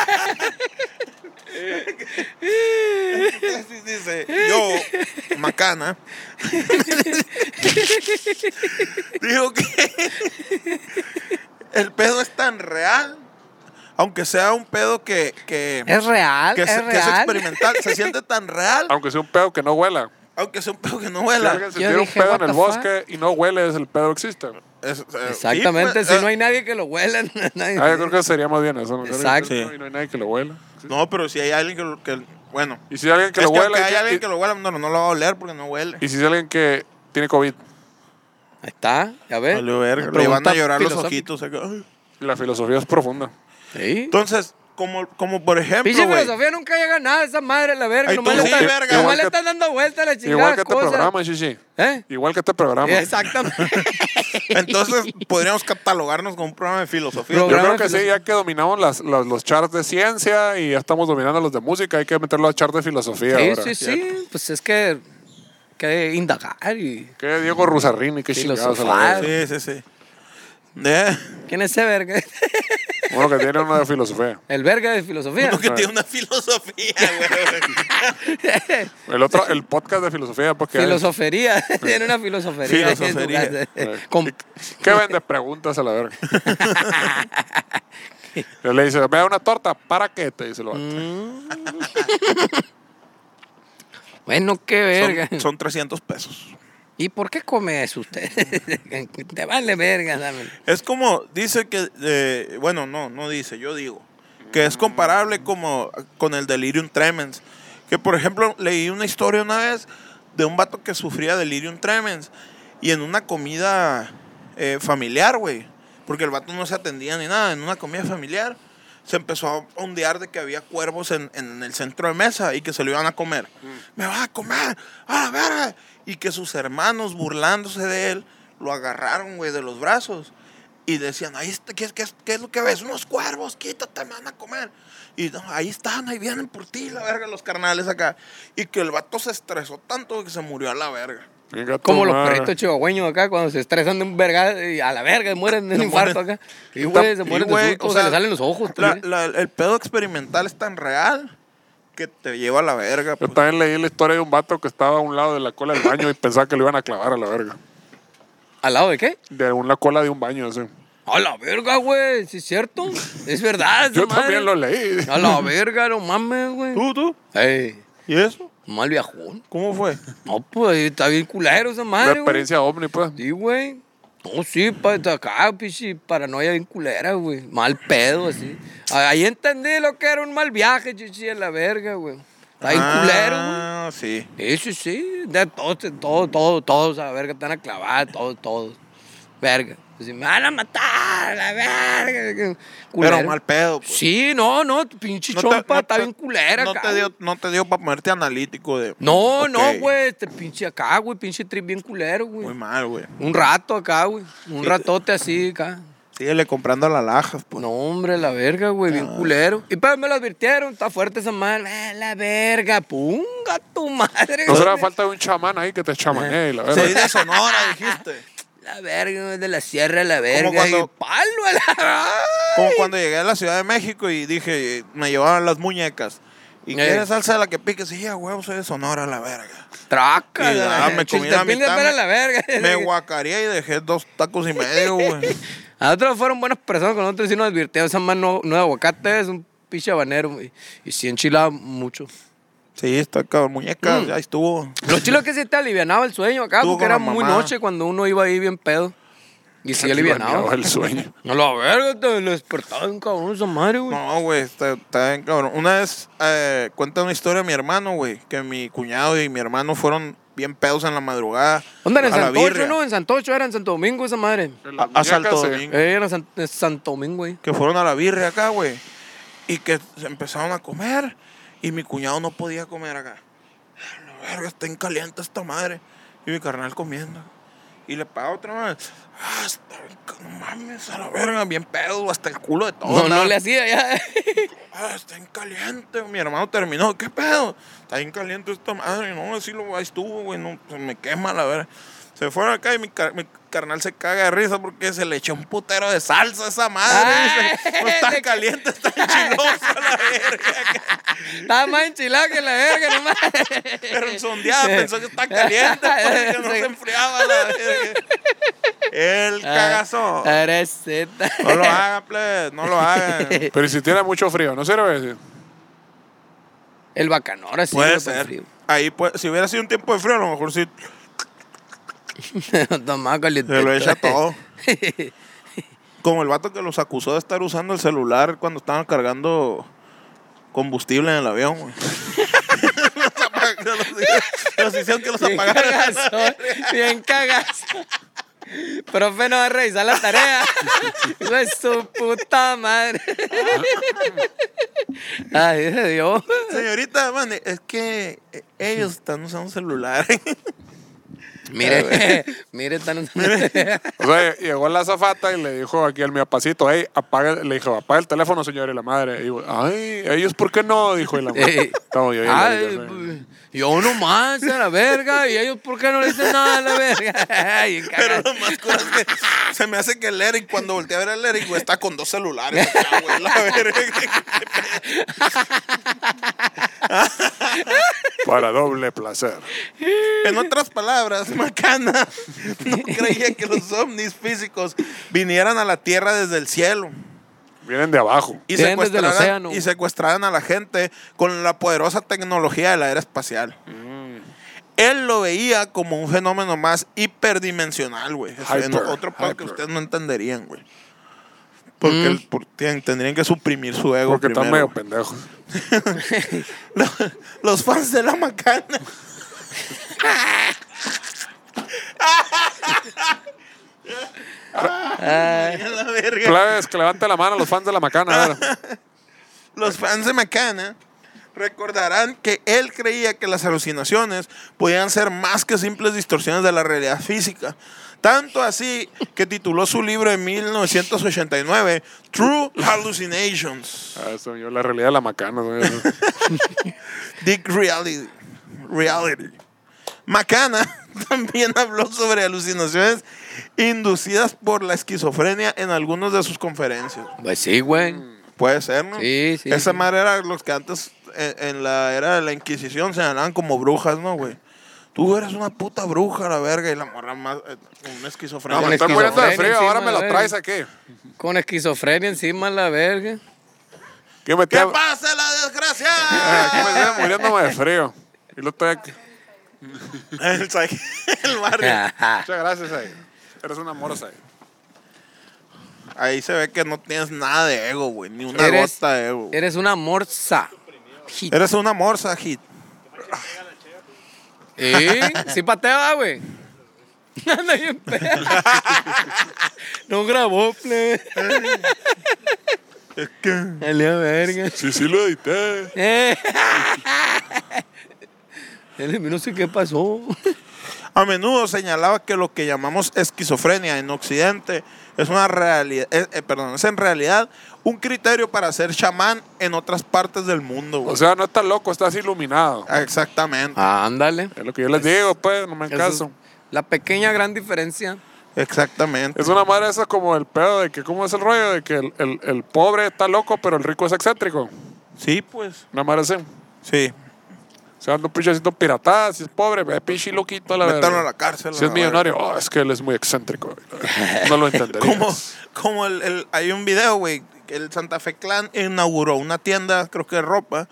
C: tesis dice, yo, Macana, digo que el pedo es tan real, aunque sea un pedo que, que,
B: ¿Es real?
C: que
B: ¿Es,
C: es, que es
B: real?
C: experimental, se siente tan real,
A: Aunque sea un pedo que no huela.
C: aunque sea un pedo que no
A: Si
C: huela.
A: alguien se
B: Yo
A: tira un
B: dije,
A: pedo
B: what
A: en el
B: the fuck?
A: bosque y no huele, es el pedo existe.
C: Es- eh, sí,
B: Exactamente,
C: pues,
B: si
C: eh,
B: no hay nadie que lo huela. nadie-
A: Ah, yo creo que sería más bien eso. ¿no? Creo que
B: Exacto.
A: No, hay- no hay nadie que lo huela.
C: No, pero si hay alguien que, lo- que bueno,
A: Y si alguien que
C: es
A: lo
C: que
A: huela.
C: aunque
A: y
C: hay
A: que-
C: alguien
A: y-
C: que lo huela, no, no lo va a oler porque no huele.
A: Y si es alguien que tiene COVID.
B: Ahí está, ya ves.
C: Valió verga, Le
B: eh, Pregunta
C: van a llorar los
B: filosófica.
C: ojitos. acá. Ay.
A: La filosofía es profunda.
B: Sí.
C: Entonces, como, como por ejemplo,
B: Pinche
C: güey,
B: filosofía nunca llega a nada, esa madre, la verga.
C: Ay,
B: nomás
C: tú
B: le
C: sí,
B: están-
C: verga.
B: nomás
A: Igual
B: le
A: que-
B: están dando vueltas a la chingada.
A: Igual que este
B: cosa.
A: programa, Shishi.
B: ¿Eh?
A: Igual que este programa.
B: Exactamente.
C: entonces podríamos catalogarnos con un programa de filosofía.
A: Yo
B: Programa
A: creo
B: de
A: que sí,
B: filosofía.
A: ya que dominamos las, las- los charts de ciencia y ya estamos dominando los de música, hay que meterlo a charts de filosofía
B: Sí,
A: ahora.
B: sí, sí. Pues es que, que indagar y...
A: Que Diego Rusarini, qué chingados. a la
B: Filosofar.
A: vez.
C: Sí, sí, sí. ¿Eh? De,
B: ¿Quién es ese verga?
A: Uno que tiene una de filosofía.
B: El verga de filosofía.
C: uno que tiene una filosofía, güey.
A: El otro, el podcast de filosofía, porque... hay-
B: Filosofería. tiene una filosofería.
C: Filosofería.
B: en su casa.
A: Eh,
B: Con-
A: ¿y ¿Qué vende? Preguntas a la verga. Yo le dice, me da una torta, ¿para qué? Te dice el vato.
B: Mm. Bueno, qué verga.
C: Son, son 300 pesos.
B: ¿Y por qué come eso usted? Te vale verga, dame.
C: Es como, dice que, eh, bueno, no, no dice, yo digo, que es comparable como con el delirium tremens. Que por ejemplo, leí una historia una vez de un vato que sufría delirium tremens y en una comida eh, familiar, güey, porque el vato no se atendía ni nada, en una comida familiar se empezó a ondear de que había cuervos en, en el centro de mesa y que se lo iban a comer.
B: Mm.
C: Me vas a comer, a la verga. Y que sus hermanos, burlándose de él, lo agarraron, güey, de los brazos. Y decían, ahí está, ¿qué, es- qué, es- qué es lo que ves? Unos cuervos, quítate, me van a comer. Y no, ahí están, ahí vienen por ti, la verga, los carnales acá. Y que el vato se estresó tanto que se murió a la verga.
A: Venga tu
B: Como los
A: madre.
B: perritos chihuahueños acá, cuando se estresan de un verga, y a la verga, mueren de un
C: Se
B: infarto
C: mueren.
B: acá. Y, güey, se
C: Y,
B: mueren de
C: güey,
B: susto,
C: o
B: se
C: sea,
B: les salen los ojos. pues, ¿eh?
C: la-
B: también.
C: la- el pedo experimental es tan real que te lleva a la verga.
A: Yo
C: pues.
A: también leí la historia de un vato que estaba a un lado de la cola del baño y pensaba que lo iban a clavar a la verga.
B: ¿Al lado de qué?
A: De una cola de un baño, así.
B: A la verga, güey, ¿sí es cierto? Es verdad, esa
A: Yo
B: madre.
A: también lo leí.
B: A la verga, no mames, güey.
C: ¿Tú, tú?
B: Ey,
C: ¿Y eso?
B: mal viajón.
C: ¿Cómo fue?
B: No, pues, está bien culero esa
A: La
B: madre, güey.
A: experiencia ovni, pues.
B: Sí, güey. No, sí, para acá, pues, pichi, paranoia bien culera, güey. Mal pedo, así. Ah, Ahí entendí lo que era un mal viaje, chichi, a la verga, güey. Está bien culero, güey.
C: Ah, sí.
B: Sí, sí, sí. De todos, de todos, todos, todos, a la verga, están aclavados, todos, todos. Verga. Así, me van a matar, a la verga. Culero.
C: Pero mal pedo. pues.
B: Sí, no, no, tu pinche
C: No te-
B: chompa
C: no
B: está
C: te-
B: bien culera,
C: no
B: acá,
C: te dio
B: güey.
C: No te dio para ponerte analítico de...
B: No,
C: Ok.
B: no, güey, este pinche acá, güey, pinche trip bien culero,
C: Muy
B: güey.
C: mal, güey.
B: Un rato acá, güey. Un
C: Sí.
B: ratote así acá.
C: Síguele comprando a la lajas, pues.
B: No, hombre, la verga, güey,
C: Ah.
B: bien culero. Y pues me lo advirtieron, está fuerte esa madre. Ah, la verga, punga tu madre.
A: No será
B: güey.
A: falta de un chamán ahí que te chamanee, y la
C: Se
A: verga.
C: de Sonora, dijiste.
B: La verga, güey, de la sierra, la verga.
C: cuando-
B: y palo a la...
C: Como cuando llegué a la Ciudad de México y dije, me llevaban las muñecas. ¿Y
B: Eh.
C: quieres salsa de la que pique? Sí, a huevo, soy de Sonora, la verga.
B: Traca.
C: Y ya, ah, me comí la
B: Chiltepín de
C: mitad, me-
B: pera a la verga.
C: Me guacaría y dejé dos tacos y medio, güey.
B: A nosotros fueron buenas personas, con nosotros sí nos advirtieron. Esa mano no es aguacate, es un pinche habanero. güey. Y, sí enchilaba mucho.
C: Sí, está cabrón, muñeca,
B: Mm.
C: ya estuvo.
B: Lo chilo es que sí te alivianaba el sueño acá,
C: Estuvo
B: porque
C: con
B: era
C: la
B: muy
C: mamá.
B: noche cuando uno iba ahí bien pedo. Y sí
A: Alivianaba
B: alivianaba.
A: el sueño.
B: A la verga, te lo despertaba un cabrón esa madre, güey.
C: No, güey, está, está bien cabrón. Una vez eh, cuenta una historia de mi hermano, güey, que mi cuñado y mi hermano fueron bien pedos en la madrugada.
B: ¿Dónde era? En
C: a la
B: Santocho,
C: birria.
B: ¿no? En Santocho era en Santo Domingo esa madre.
C: A- a Salto
A: Muñecas, eh.
C: Domingo.
B: Eh, Era San- en Santo Domingo, güey.
C: que fueron a la birria acá, güey. Y que se empezaron a comer. Y mi cuñado no podía comer acá. A La verga, está en caliente esta madre. Y mi carnal comiendo. Y le paga otra vez. Ah, está bien, ca- no mames, a la verga, bien pedo, hasta el culo de todo.
B: No, no
C: andaba.
B: le hacía ya.
C: Ah, está en caliente. Mi hermano terminó. ¿Qué pedo? Está bien caliente esta madre. No, así lo ahí estuvo, güey. No, se me quema la verga. Se fueron acá y mi, car- mi carnal se caga de risa porque se le echó un putero de salsa a esa madre.
B: Ah,
C: Dice, no está
B: de-
C: caliente, está chilosa la verga.
B: Estaba más enchilado que la verga, no más.
C: Pero en sondeada pensó que está caliente porque no se enfriaba la verga. El cagazo.
B: Era Z.
C: No lo hagan, plebes. No lo hagan.
A: Pero si tiene mucho frío, ¿no sirve?
B: El bacanora sí.
C: Puede
B: güey, para
C: ser.
B: el
C: Ahí, pues, si hubiera sido un tiempo de frío, a lo mejor sí
B: frío. Tomaba calientito.
C: Se lo echa todo. Como el vato que los acusó de estar usando el celular cuando estaban cargando combustible en el avión, güey. los, apag- los- los hicieron que los
B: Bien
C: apagaran.
B: cagazo. Bien cagazo. Profe, no va a revisar la tarea. Hijo de su puta madre. Ay, de Dios.
C: Señorita, man, es que eh, ellos están usando celular.
B: Mire, mire, están Mire.
A: O sea, llegó la azafata y le dijo aquí al mi apacito, hey, apaga, le dijo, apaga el teléfono, señor, y la madre. Y digo, ay, ellos, ¿por qué no? Dijo, y la madre. No, yo, yo, yo, yo, yo.
B: Ay, pues. yo nomás a la verga. Y ellos, ¿por qué no le dicen nada a la verga? Ay, bien
C: Pero
B: cagazo.
C: lo más cura es que se me hace que el Eric, cuando volteé a ver al Eric, güey, está con dos celulares. acá, güey, la verga.
A: Para doble placer.
C: En otras palabras, Macana no creía que los ovnis físicos vinieran a la Tierra desde el cielo
A: Vienen de abajo.
C: y
B: Vienen desde el
C: secuestraran,
B: océano.
C: y secuestraran a la gente con la poderosa tecnología de la era espacial. Él lo veía como un fenómeno más hiperdimensional, güey. Es en
A: Hyper,
C: otro pedo que
A: hyper.
C: ustedes no entenderían, güey. Porque el- por- tien- tendrían que suprimir su ego
A: Porque están
C: primero,
A: medio
C: güey.
A: pendejos.
C: Los, los fans de la macana. La verga.
A: Claves, que levante la mano a los fans de la macana. a ver.
C: Los fans de Macana recordarán que él creía que las alucinaciones podían ser más que simples distorsiones de la realidad física. Tanto así que tituló su libro en 1989 True Hallucinations,
A: Ah, eso, yo, la realidad de la macana. eso, yo.
C: Dick Reality. Reality. Macana también habló sobre alucinaciones inducidas por la esquizofrenia en algunas de sus conferencias.
B: Pues sí, güey.
C: Puede ser, ¿no?
B: Sí, sí,
C: Esa
B: sí.
C: madre era los que antes, en, en la era de la Inquisición, se llamaban como brujas, ¿no, güey? Tú eres una puta bruja, la verga, y la morra más. eh, una esquizofrenia.
A: No, me
B: el
A: estoy muriendo de
B: esquizofrenia
A: frío, ahora me
B: encima,
A: la
B: güey.
A: traes aquí.
B: Con esquizofrenia encima, la verga.
A: Que me
C: ¿Qué
A: estoy,
C: pasa,
A: aquí me
C: la
A: estoy
C: desgracia?
A: muriéndome de frío. Y lo estoy aquí.
C: el, sa- el barrio.
A: Muchas gracias, ahí. Eres una morosa.
C: Ahí se ve que no tienes nada de ego, güey, ni una
B: Eres,
C: gota de ego. güey.
B: eres una morsa. Hit.
C: Eres una morsa, hit.
B: ¿Eh? Sí pateaba, güey. Anda bien pedo. No grabó, plebe.
C: Es que.
B: Dale a verga.
A: Sí, sí lo edité.
B: Eh. Dale, No sé qué pasó.
C: A menudo señalaba que lo que llamamos esquizofrenia en Occidente es una realidad, eh, perdón, es en realidad un criterio para ser chamán en otras partes del mundo. güey.
A: O sea, no estás loco, estás iluminado.
C: Ah, Exactamente,
B: Ándale.
A: Es lo que yo les digo, pues, no me
B: Eso es
A: caso.
B: La pequeña gran diferencia.
C: exactamente.
A: Es una madre esa como el pedo de que, ¿cómo es el rollo? De que el, el- el pobre está loco, pero el rico es excéntrico.
C: Sí, pues,
A: Una madre así.
C: Sí.
A: O sea, no pinche haciendo piratadas, si es pobre, ve, pinche loquito a la
C: Métanlo
A: verga.
C: a la cárcel.
A: Si
C: a
A: es
C: la
A: millonario, oh, es que él es muy excéntrico. No lo entendería.
C: Como, como el, el- hay un video, güey, que el Santa Fe Clan inauguró una tienda, creo que de ropa,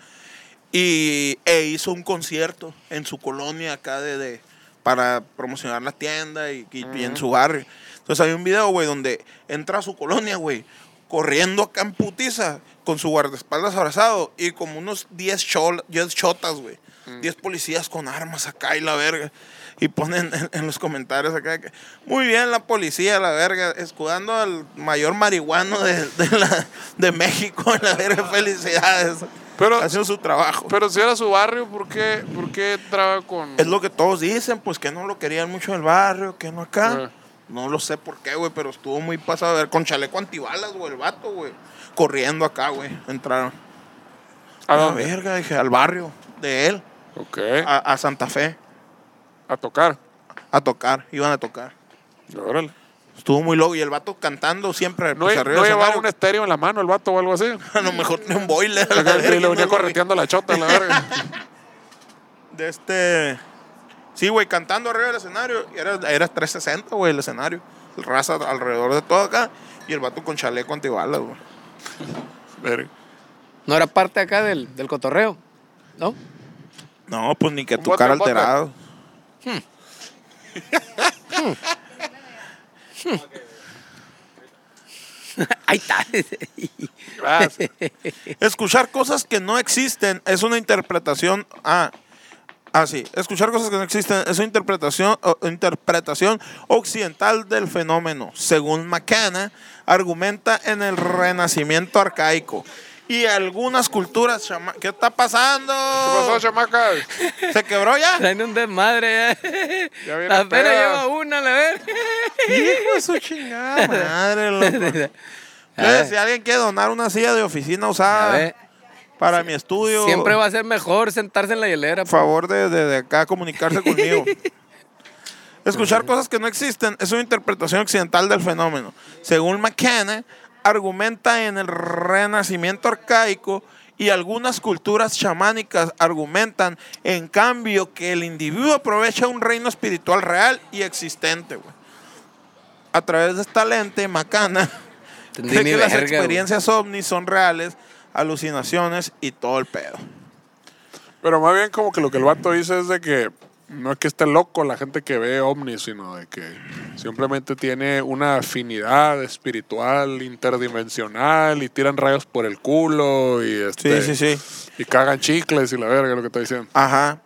C: y, e hizo un concierto en su colonia acá de, de- para promocionar la tienda y, y- y en su barrio. Entonces hay un video, güey, donde entra a su colonia, güey, corriendo acá en putiza, con su guardaespaldas abrazado y como unos 10 chol- 10 chotas, güey. 10 policías con armas acá y la verga. Y ponen en, en los comentarios acá que muy bien la policía, la verga, escudando al mayor marihuano de, de la- de México, la verga, felicidades.
A: Pero-
C: haciendo su trabajo.
A: Pero si era su barrio, ¿por qué, por qué entraba con...?
C: es lo que todos dicen, pues que no lo querían mucho en el barrio, que no acá.
A: Ah.
C: No lo sé por qué, güey, pero estuvo muy pasado a ver con chaleco antibalas, güey, el vato, güey. Corriendo acá, güey, entraron.
A: ¿A
C: A la
A: dónde?
C: verga, dije, al barrio de él,
A: Ok,
C: a, a Santa Fe,
A: a tocar.
C: a tocar, iban a tocar.
A: Órale.
C: Estuvo muy loco y el vato cantando siempre.
A: No,
C: pues,
A: lle-
C: arriba
A: no
C: del
A: llevaba
C: escenario.
A: un estéreo en la mano el vato o algo así.
C: A lo mejor tenía un boiler. a la
A: Acá
C: verga,
A: le venía
C: no, güey.
A: correteando la chota, la verga.
C: De este. Sí, güey, cantando arriba del escenario. Y era, era 360, güey, el escenario. Raza alrededor de todo acá. Y el vato con chaleco antibalas, güey.
A: Verga.
B: No era parte acá del, del cotorreo, ¿no?
C: No, pues ni que
A: Un bote,
C: tocar
A: un bote.
C: alterado.
B: Ahí está.
A: Gracias.
C: Escuchar cosas que no existen es una interpretación. Ah, ah, sí. Escuchar cosas que no existen es una interpretación, o- interpretación occidental del fenómeno. Según Macana, argumenta en el Renacimiento arcaico. Y algunas culturas. chama- ¿Qué está pasando?
A: ¿Qué pasó, chamacas?
C: ¿Se quebró ya?
B: Traen un desmadre.
A: Ya viene
B: Ya. Apenas
A: peda.
B: lleva una, la verga.
C: Hijo de su chingada madre, loco. Entonces, si alguien quiere donar una silla de oficina
B: A
C: usada
B: ver,
C: para mi estudio,
B: siempre va a ser mejor sentarse en la hielera.
C: por favor de, de- de acá comunicarse conmigo. Escuchar cosas que no existen es una interpretación occidental del fenómeno. Según McKenna, argumenta en el renacimiento arcaico y algunas culturas chamánicas argumentan, en cambio, que el individuo aprovecha un reino espiritual real y existente. güey. A través de esta lente, Macana
B: Entendí
C: cree
B: ni
C: que las
B: verga, güey.
C: experiencias ovnis son reales, alucinaciones y todo el pedo.
A: Pero más bien como que lo que el vato dice es de que no es que esté loco la gente que ve ovnis, sino de que simplemente tiene una afinidad espiritual, interdimensional, y tiran rayos por el culo, y este,
C: Sí, sí, sí.
A: y cagan chicles y la verga, lo que está diciendo.
C: Ajá.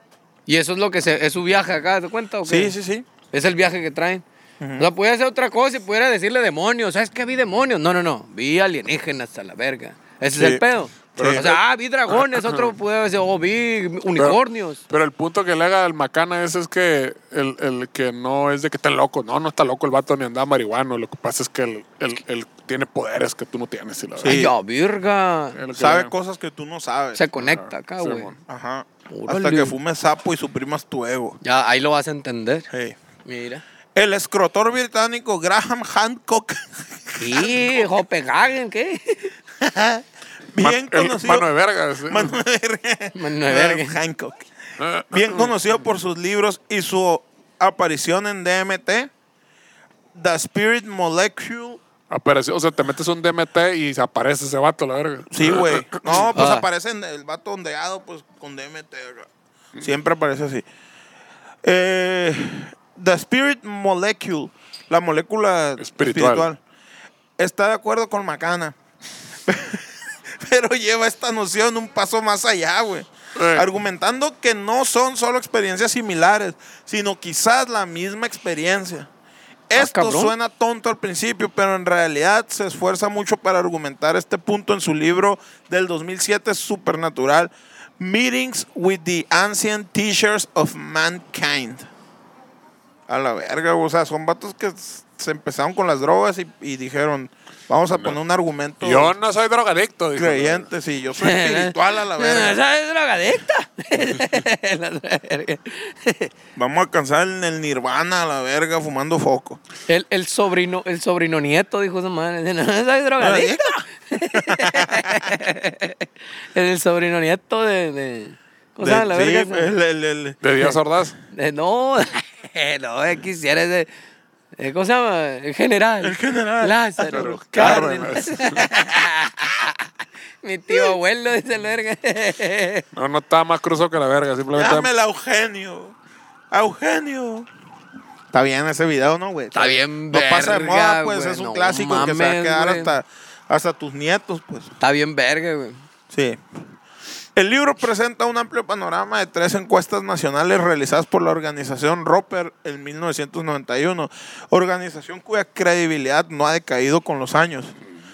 B: Y eso es lo que se, es su viaje acá, ¿te cuenta o qué?
C: Sí, sí, sí.
B: Es el viaje que traen. O sea, pudiera hacer otra cosa y pudiera decirle demonios. ¿Sabes qué? Vi demonios. No, no, no. Vi alienígenas hasta la verga. Ese es
C: Sí.
B: el pedo.
C: Pero-
B: o sea, ah, vi dragones. Otro pudiera decir, oh, vi unicornios.
A: Pero el punto que le haga al macana ese es que el, el que no es de que esté loco. No, no está loco el vato ni anda marihuano. Lo que pasa es que él, él- él tiene poderes que tú no tienes. Y la verga.
B: Ay, ya, virga.
A: Es lo que
C: Sabe
A: le-
C: cosas que tú no sabes.
B: Se conecta acá,
A: Sí,
B: güey.
A: mon.
C: Ajá. Hasta
B: Órale.
C: que fumes sapo y suprimas tu ego.
B: Ya, ahí lo vas a entender.
C: Hey.
B: Mira.
C: El escrotor británico Graham Hancock,
B: Y Copenhagen, ¿qué?
C: bien
A: Man- el
C: conocido.
A: Mano de vergas. sí.
C: Mano de verga.
B: Mano de verga.
C: Hancock.
A: Eh,
C: Bien conocido por sus libros y su aparición en DMT, The Spirit Molecule
A: apareció, o sea, te metes un DMT y se aparece ese vato, la verga.
C: Sí, güey. No, pues
B: Ah.
C: aparece en el vato ondeado, pues con DMT. güey. Siempre aparece así. Eh, the Spirit Molecule, la molécula
A: Espiritual.
C: espiritual. está de acuerdo con Macana. Pero lleva esta noción un paso más allá, güey.
A: Eh.
C: Argumentando que no son solo experiencias similares, sino quizás la misma experiencia. Esto
B: Ah, cabrón.
C: suena tonto al principio, pero en realidad se esfuerza mucho para argumentar este punto en su libro del 2007 Supernatural, Meetings with the Ancient Teachers of Mankind. A la verga, o sea, son vatos que s- se empezaron con las drogas y, y dijeron, vamos a poner un argumento
A: Yo no soy drogadicto. dijo.
C: creyente, sí, yo soy espiritual a la verga.
B: Esa es drogadicta. La verga.
C: Vamos a alcanzar en el nirvana a la verga fumando foco.
B: el, el sobrino, el sobrino nieto dijo esa madre. Dice, No, esa es
C: Ah,
B: drogadicta. el sobrino nieto de, de- O sea, la
C: sí, pues.
B: verga. se-
C: el- el- el-
A: De Díaz Ordaz.
B: Eh, no, no, eh, quisiera ese. eh, ¿Cómo se llama? El general.
C: El general. pues.
B: Lázaro.
A: Pero
B: Cárdenas. Mi tío abuelo dice la verga.
A: No, no está más cruzo que la verga. Simplemente.
C: Llámela Eugenio. Eugenio. Está bien ese video, ¿no, güey?
B: Está bien
C: No pasa de
B: verga,
C: moda, pues.
B: güey,
C: Es un
B: no
C: clásico que se va a
B: mames,
C: quedar
B: güey.
C: hasta, hasta tus nietos, pues.
B: Está bien verga, güey.
C: Sí. El libro presenta un amplio panorama de tres encuestas nacionales realizadas por la organización Roper en 1991, organización cuya credibilidad no ha decaído con los años,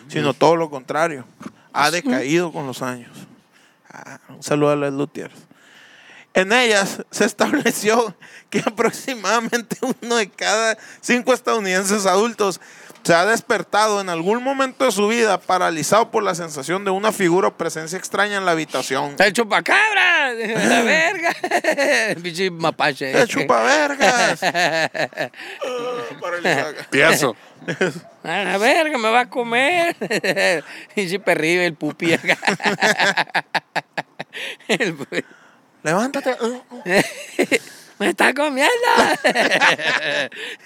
C: sino todo lo contrario, ha decaído con los años. Ah, un saludo a las Lutiers. En ellas se estableció que aproximadamente uno de cada cinco estadounidenses adultos se ha despertado en algún momento de su vida paralizado por la sensación de una figura o presencia extraña en la habitación.
B: ¡Está el chupacabra! ¡La verga! Pinche mapache.
C: ¡Qué chupavergas! Paralizado.
A: Tieso.
B: A la verga, me va a comer. Pinche perrillo, el pupi acá. El pupi.
C: Levántate.
B: ¡Me está comiendo!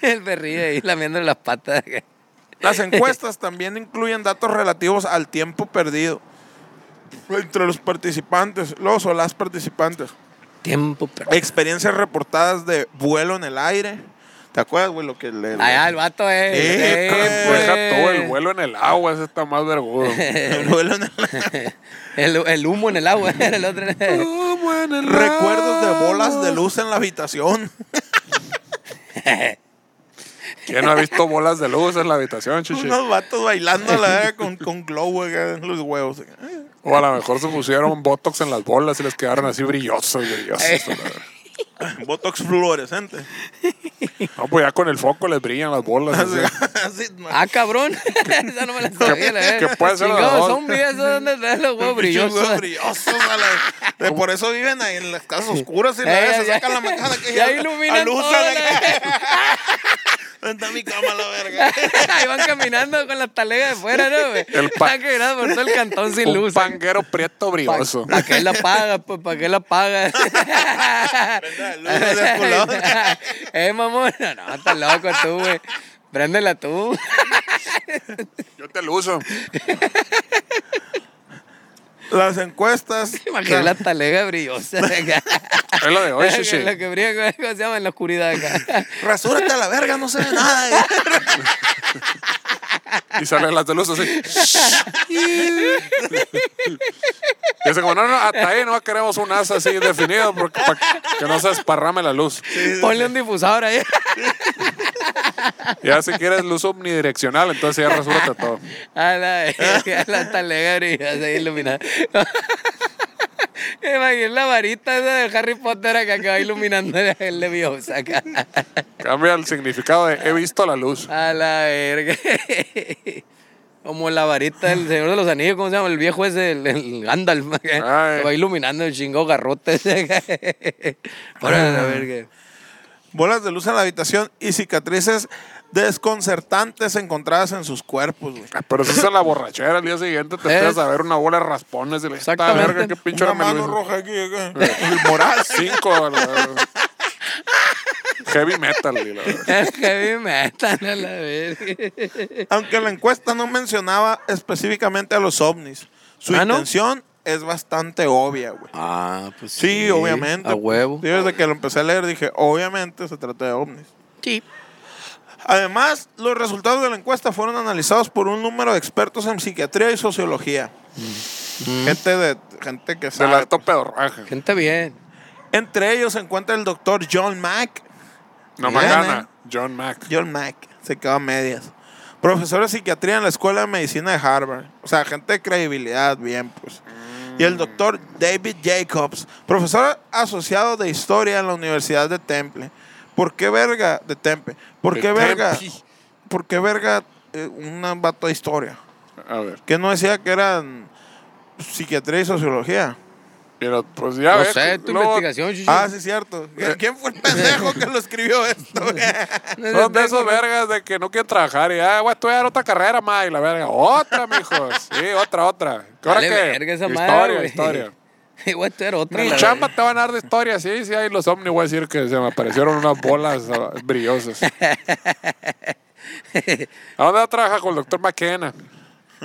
B: el perrillo ahí lamiéndole las patas.
C: Las encuestas también incluyen datos relativos al tiempo perdido entre los participantes, los o las participantes.
B: Tiempo, pero.
C: experiencias reportadas de vuelo en el aire. ¿Te acuerdas, güey? Lo que le.
B: Allá el vato eh. es.
C: Sí, pues.
A: Deja todo el vuelo en el agua. Ese está más vergudo.
B: Eh,
C: el vuelo en el aire.
B: El, el humo en el agua. El otro.
C: Recuerdos de bolas de luz en la habitación.
A: ¿Quién no ha visto bolas de luz en la habitación, chichi?
C: Unos vatos bailando a la verga con, con glow acá en los huevos.
A: O a lo mejor se pusieron botox en las bolas y les quedaron así brillosos, brillosos. la verga.
C: Botox fluorescente.
A: No, pues ya con el foco les brillan las bolas. así.
C: Así, no.
B: Ah, cabrón. Esa no me la sabía, la
A: Que
B: verga.
A: puede ser los
B: Chingados
A: dos.
B: zombies, esos donde traen los huevos
C: Pinches huevos
B: brillosos.
C: brillosos, a la- de por eso viven ahí en las casas oscuras y la
B: Eh,
C: verga se
B: ya-
C: sacan la macana que
B: ya iluminan
C: alusa
B: todo,
C: la-
B: la-
C: ¿Dónde está mi cama la verga?
B: Ahí van caminando con las talegas de fuera, ¿no, güey?
A: El pa-
B: Están caminando por todo el cantón sin
A: Un
B: luz.
A: panguero prieto brilloso.
B: ¿Para qué la paga? Pues, ¿para qué la paga?
C: Prenda la luz, no seas culón.
B: eh, mamón. No, no, estás loco tú, güey. Préndela tú.
A: Yo te lo uso.
C: Las encuestas.
B: Imagina la talega brillosa. acá.
A: Es lo de hoy, sí, sí.
B: Lo que brilla, ¿cómo se llama? En la oscuridad acá.
C: Rasúrate a la verga, no se ve nada. eh.
A: Y salen las de luz así. Y dice como, no, no, hasta ahí no queremos un asa así definido porque para que no se esparrame la luz.
B: Ponle un difusor ahí.
A: Ya si quieres luz omnidireccional, entonces ya resúrate todo.
B: A la, a la talega brillosa ahí iluminada. Imagina la varita esa de Harry Potter acá que va iluminando el leviosa acá.
A: Cambia el significado de he visto la luz.
B: A la verga. Como la varita del Señor de los Anillos, ¿cómo se llama? El viejo ese, el, el Gandalf. acá,
A: Ay.
B: que va iluminando el chingo garrote ese. acá. Ahora,
C: Ah.
B: la verga.
C: Bolas de luz en la habitación y cicatrices desconcertantes encontradas en sus cuerpos, güey.
A: Pero si es en la borrachera, al día siguiente te empiezas a ver una bola de raspones. Y le esta
B: Exactamente.
A: verga, qué pinche
C: Una
A: hora me lo
C: mano
A: hizo". Eh,
C: roja aquí, acá. El moral.
A: Cinco. a la verga. Heavy metal. y la verga.
B: El heavy metal, a la verga.
C: Aunque la encuesta no mencionaba específicamente a los ovnis. Su
B: ¿Ah, no?
C: intención es bastante obvia, güey.
B: Ah, pues
C: Sí, obviamente. pues,
B: A huevo.
C: Sí, desde que lo empecé a leer dije, obviamente se trata de ovnis.
B: Sí.
C: Además, los resultados de la encuesta fueron analizados por un número de expertos en psiquiatría y sociología. Gente de gente que
A: Se
C: sabe.
A: la alto pedorraje.
B: Gente bien.
C: Entre ellos se encuentra el doctor John Mack.
A: No
C: Bien,
A: me
C: eh.
A: gana. John Mack.
C: John Mack, se quedó a medias. Profesor de psiquiatría en la Escuela de Medicina de Harvard. O sea, gente de credibilidad, bien, pues. Y el doctor David Jacobs, profesor asociado de historia en la Universidad de Temple. ¿Por qué verga de Temple? ¿Por
A: De
C: qué verga?
A: Tempe.
C: ¿Por qué verga eh, un vato de historia?
A: A ver.
C: Que no decía que eran psiquiatría y sociología.
A: Pero pues ya
B: No
A: ves,
B: sé, tu
A: luego,
B: investigación, Chuchu.
C: Ah, sí, cierto. ¿Quién fue el pendejo que lo escribió esto?
A: Son de esos vergas de que no quieren trabajar y, ah, voy a estudiar otra carrera más. Y la verga, otra, mijo. Sí, otra, otra. ¿Qué hora
B: Dale
A: qué?
B: verga esa madre,
A: historia,
B: güey.
A: historia.
B: Y voy a estudiar otra.
A: Ni
B: la
A: chamba te van a dar de historia, sí, sí, ahí los ovnis voy a decir que se me aparecieron unas bolas ah, brillosas. ¿A dónde trabaja con el doctor McKenna?
B: verdad.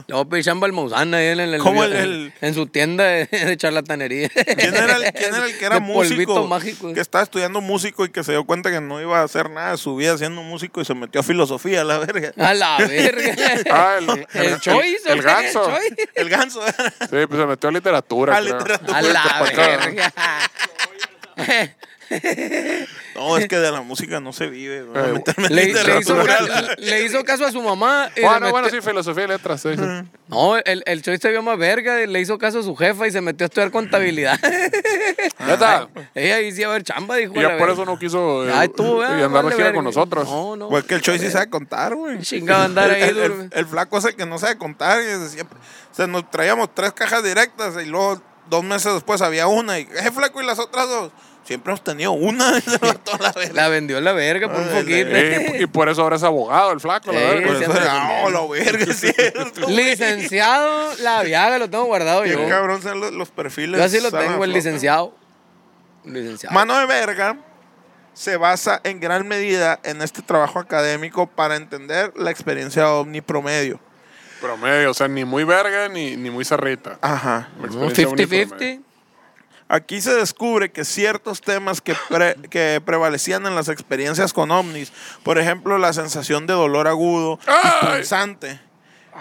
B: No, pues chamba el Mausana ahí en, el-
C: ¿Cómo el-
B: en,
C: el-
B: en su tienda de, de charlatanería.
C: ¿Quién era el, quién era el que era
B: De
C: músico?
B: Polvito mágico. eh.
C: Que estaba estudiando músico y que se dio cuenta que no iba a hacer nada de su vida siendo músico y se metió a filosofía, la verga.
B: A la verga.
A: Ah, el, el,
B: el Choy,
A: el ganso. Sí,
B: Choy.
C: El ganso.
A: pues se metió a literatura.
C: A
A: creo.
C: literatura.
B: A la
A: acá.
B: verga.
C: No, es que de la música no se vive. güey.
A: Eh,
C: Meterme en
B: Le, le hizo,
C: literatura.
B: le hizo caso a su mamá. y le
A: Bueno,
B: metió-
A: bueno, sí, filosofía y letras. sí, sí.
B: No, el, el Choy se vio más verga, y le hizo caso a su jefa y se metió a estudiar contabilidad.
A: Ya está.
B: Ella ahí sí a ver chamba, dijo.
A: Y ya
B: a la
A: por
B: verga.
A: eso no quiso eh,
B: Ay, tú,
A: y
B: ¿verdad?
A: andar de
B: Vale,
A: gira
B: verga.
A: con nosotros.
B: No, no.
C: Pues que el Choy sí sabe contar, güey.
B: Chingado andar ahí,
C: el, el-
B: duro.
C: el flaco ese que no sabe contar. y ese siempre- se nos traíamos tres cajas directas y luego dos meses después había una. Y es flaco y las otras dos. Siempre hemos tenido una. Toda la verga.
B: La vendió la verga por un
C: Ay, la
B: poquito.
A: Eh, y, y por eso ahora es abogado el flaco, la
B: Sí.
A: verga.
C: Por eso
B: siempre
C: era,
B: también.
C: "Ah, la verga, es cierto. güey".
B: Licenciado, la viaga lo tengo guardado
C: Qué
B: yo.
C: cabrón son los, los perfiles.
B: Yo así lo
C: salen a
B: tengo, el
C: flote.
B: licenciado. Licenciado.
C: Mano de verga se basa en gran medida en este trabajo académico para entender la experiencia ovni promedio.
A: Promedio, o sea, ni muy verga ni, ni muy cerrita.
B: Ah,
C: Ajá.
A: Una
B: No,
A: experiencia unipromedio.
B: 50-50.
C: Aquí se descubre que ciertos temas que, pre- que prevalecían en las experiencias con ovnis, por ejemplo, la sensación de dolor agudo,
A: ¡Ay!
C: punzante,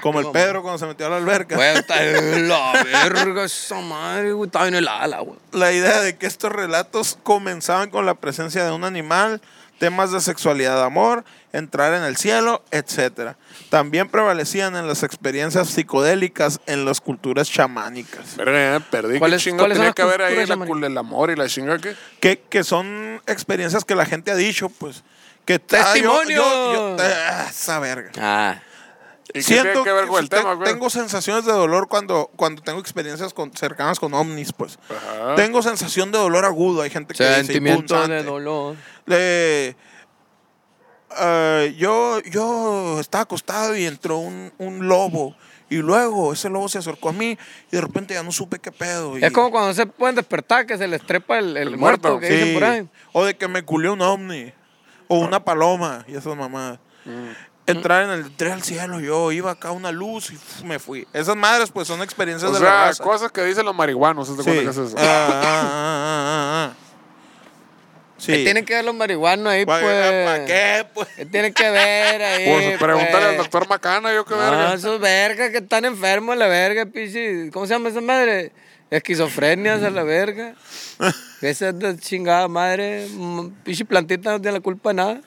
C: como el
B: mamá.
C: Pedro cuando se metió a la alberca.
B: Güey, está en la verga esa madre, güey. Está en el ala, güey.
C: la idea de que estos relatos comenzaban con la presencia de un animal, temas de sexualidad, amor, entrar en el cielo, etc. También prevalecían en las experiencias psicodélicas en las culturas chamánicas,
A: Verga, ya perdí. ¿Qué
B: ¿Cuáles-
A: chingo
B: cuáles son
A: tenía
B: las
A: que ver ahí
B: culturas
A: la
B: chamánicas?
A: cul del amor y la chinga que?
C: que, que son experiencias que la gente ha dicho, pues, que ah, yo- yo- yo-
B: ¡Testimonio!
C: ah, esa verga.
B: Ah.
A: ¿Y qué tiene que ver con el
C: te-
A: tema? güey?
C: Tengo sensaciones de dolor cuando, cuando tengo experiencias con- cercanas con ovnis, pues.
A: Ajá.
C: Tengo sensación de dolor agudo. Hay gente que dice, y
B: Sentimiento de
C: punzante.
B: dolor.
C: Le- eh, yo, yo estaba acostado y entró un, un lobo. Y luego ese lobo se acercó a mí y de repente ya no supe qué pedo. y-
B: Es como cuando se pueden despertar que se les trepa el, el
A: El muerto,
B: muerto, que dicen
C: Sí.
B: por ahí.
C: O de que me culió un ovni. O una paloma y esas mamadas.
B: Mm.
C: Entrar en el tren al cielo, yo iba acá a una luz y uf, me fui. Esas madres pues son experiencias
A: O
C: de la
A: sea,
C: raza.
A: cosas que dicen los marihuanos. ¿se te cuenta
C: Sí.
A: que es eso?
C: Ah, ah, ah, ah, ah, ah. Sí.
B: Que tienen que ver los marihuanos ahí,
C: ¿Para,
B: pues.
C: para qué? Pues?
B: ¿Qué tienen que ver ahí?
A: Pues pregúntale
B: pues?
A: al doctor Macana, yo qué
B: Ah,
A: verga.
B: esos vergas que están enfermos, la verga, pichi. ¿Cómo se llama esa madre? Esquizofrenias a la verga. Esa es la chingada madre. mm, Pichi plantita no tiene la culpa de nada.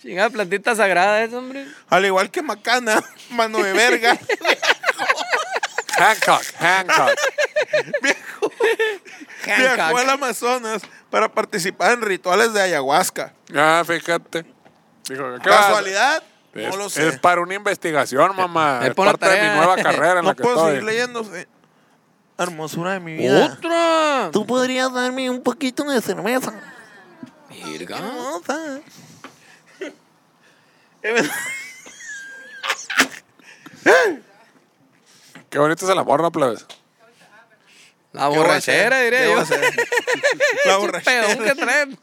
B: chingada plantita sagrada esa, hombre.
C: Al igual que Macana, mano de verga.
A: Hancock, Hancock.
C: viajó al
B: Hancock.
C: Amazonas para participar en rituales de ayahuasca.
A: Ah, fíjate. Digo, ¿qué vas a-
C: ¿Casualidad?
A: Es,
C: no lo sé.
A: es para una investigación, mamá.
B: Es
A: Es
B: por Eh, la
A: parte de mi
B: tarea.
A: nueva carrera en la
C: no
A: que
C: puedo
A: estoy.
C: seguir leyendo. sí. Hermosura de mi vida.
B: ¡Otra!
C: Tú podrías darme un poquito de cerveza. Ah,
B: Verga.
C: Hermosa.
A: Qué bonito es el amor, ¿no, plebes?
B: La
C: ¿Qué voy a
B: borrachera,
C: hacer?
B: diría
C: ¿Qué
B: yo.
C: voy a hacer? La
B: Pedón que
C: borrachera.
B: traen.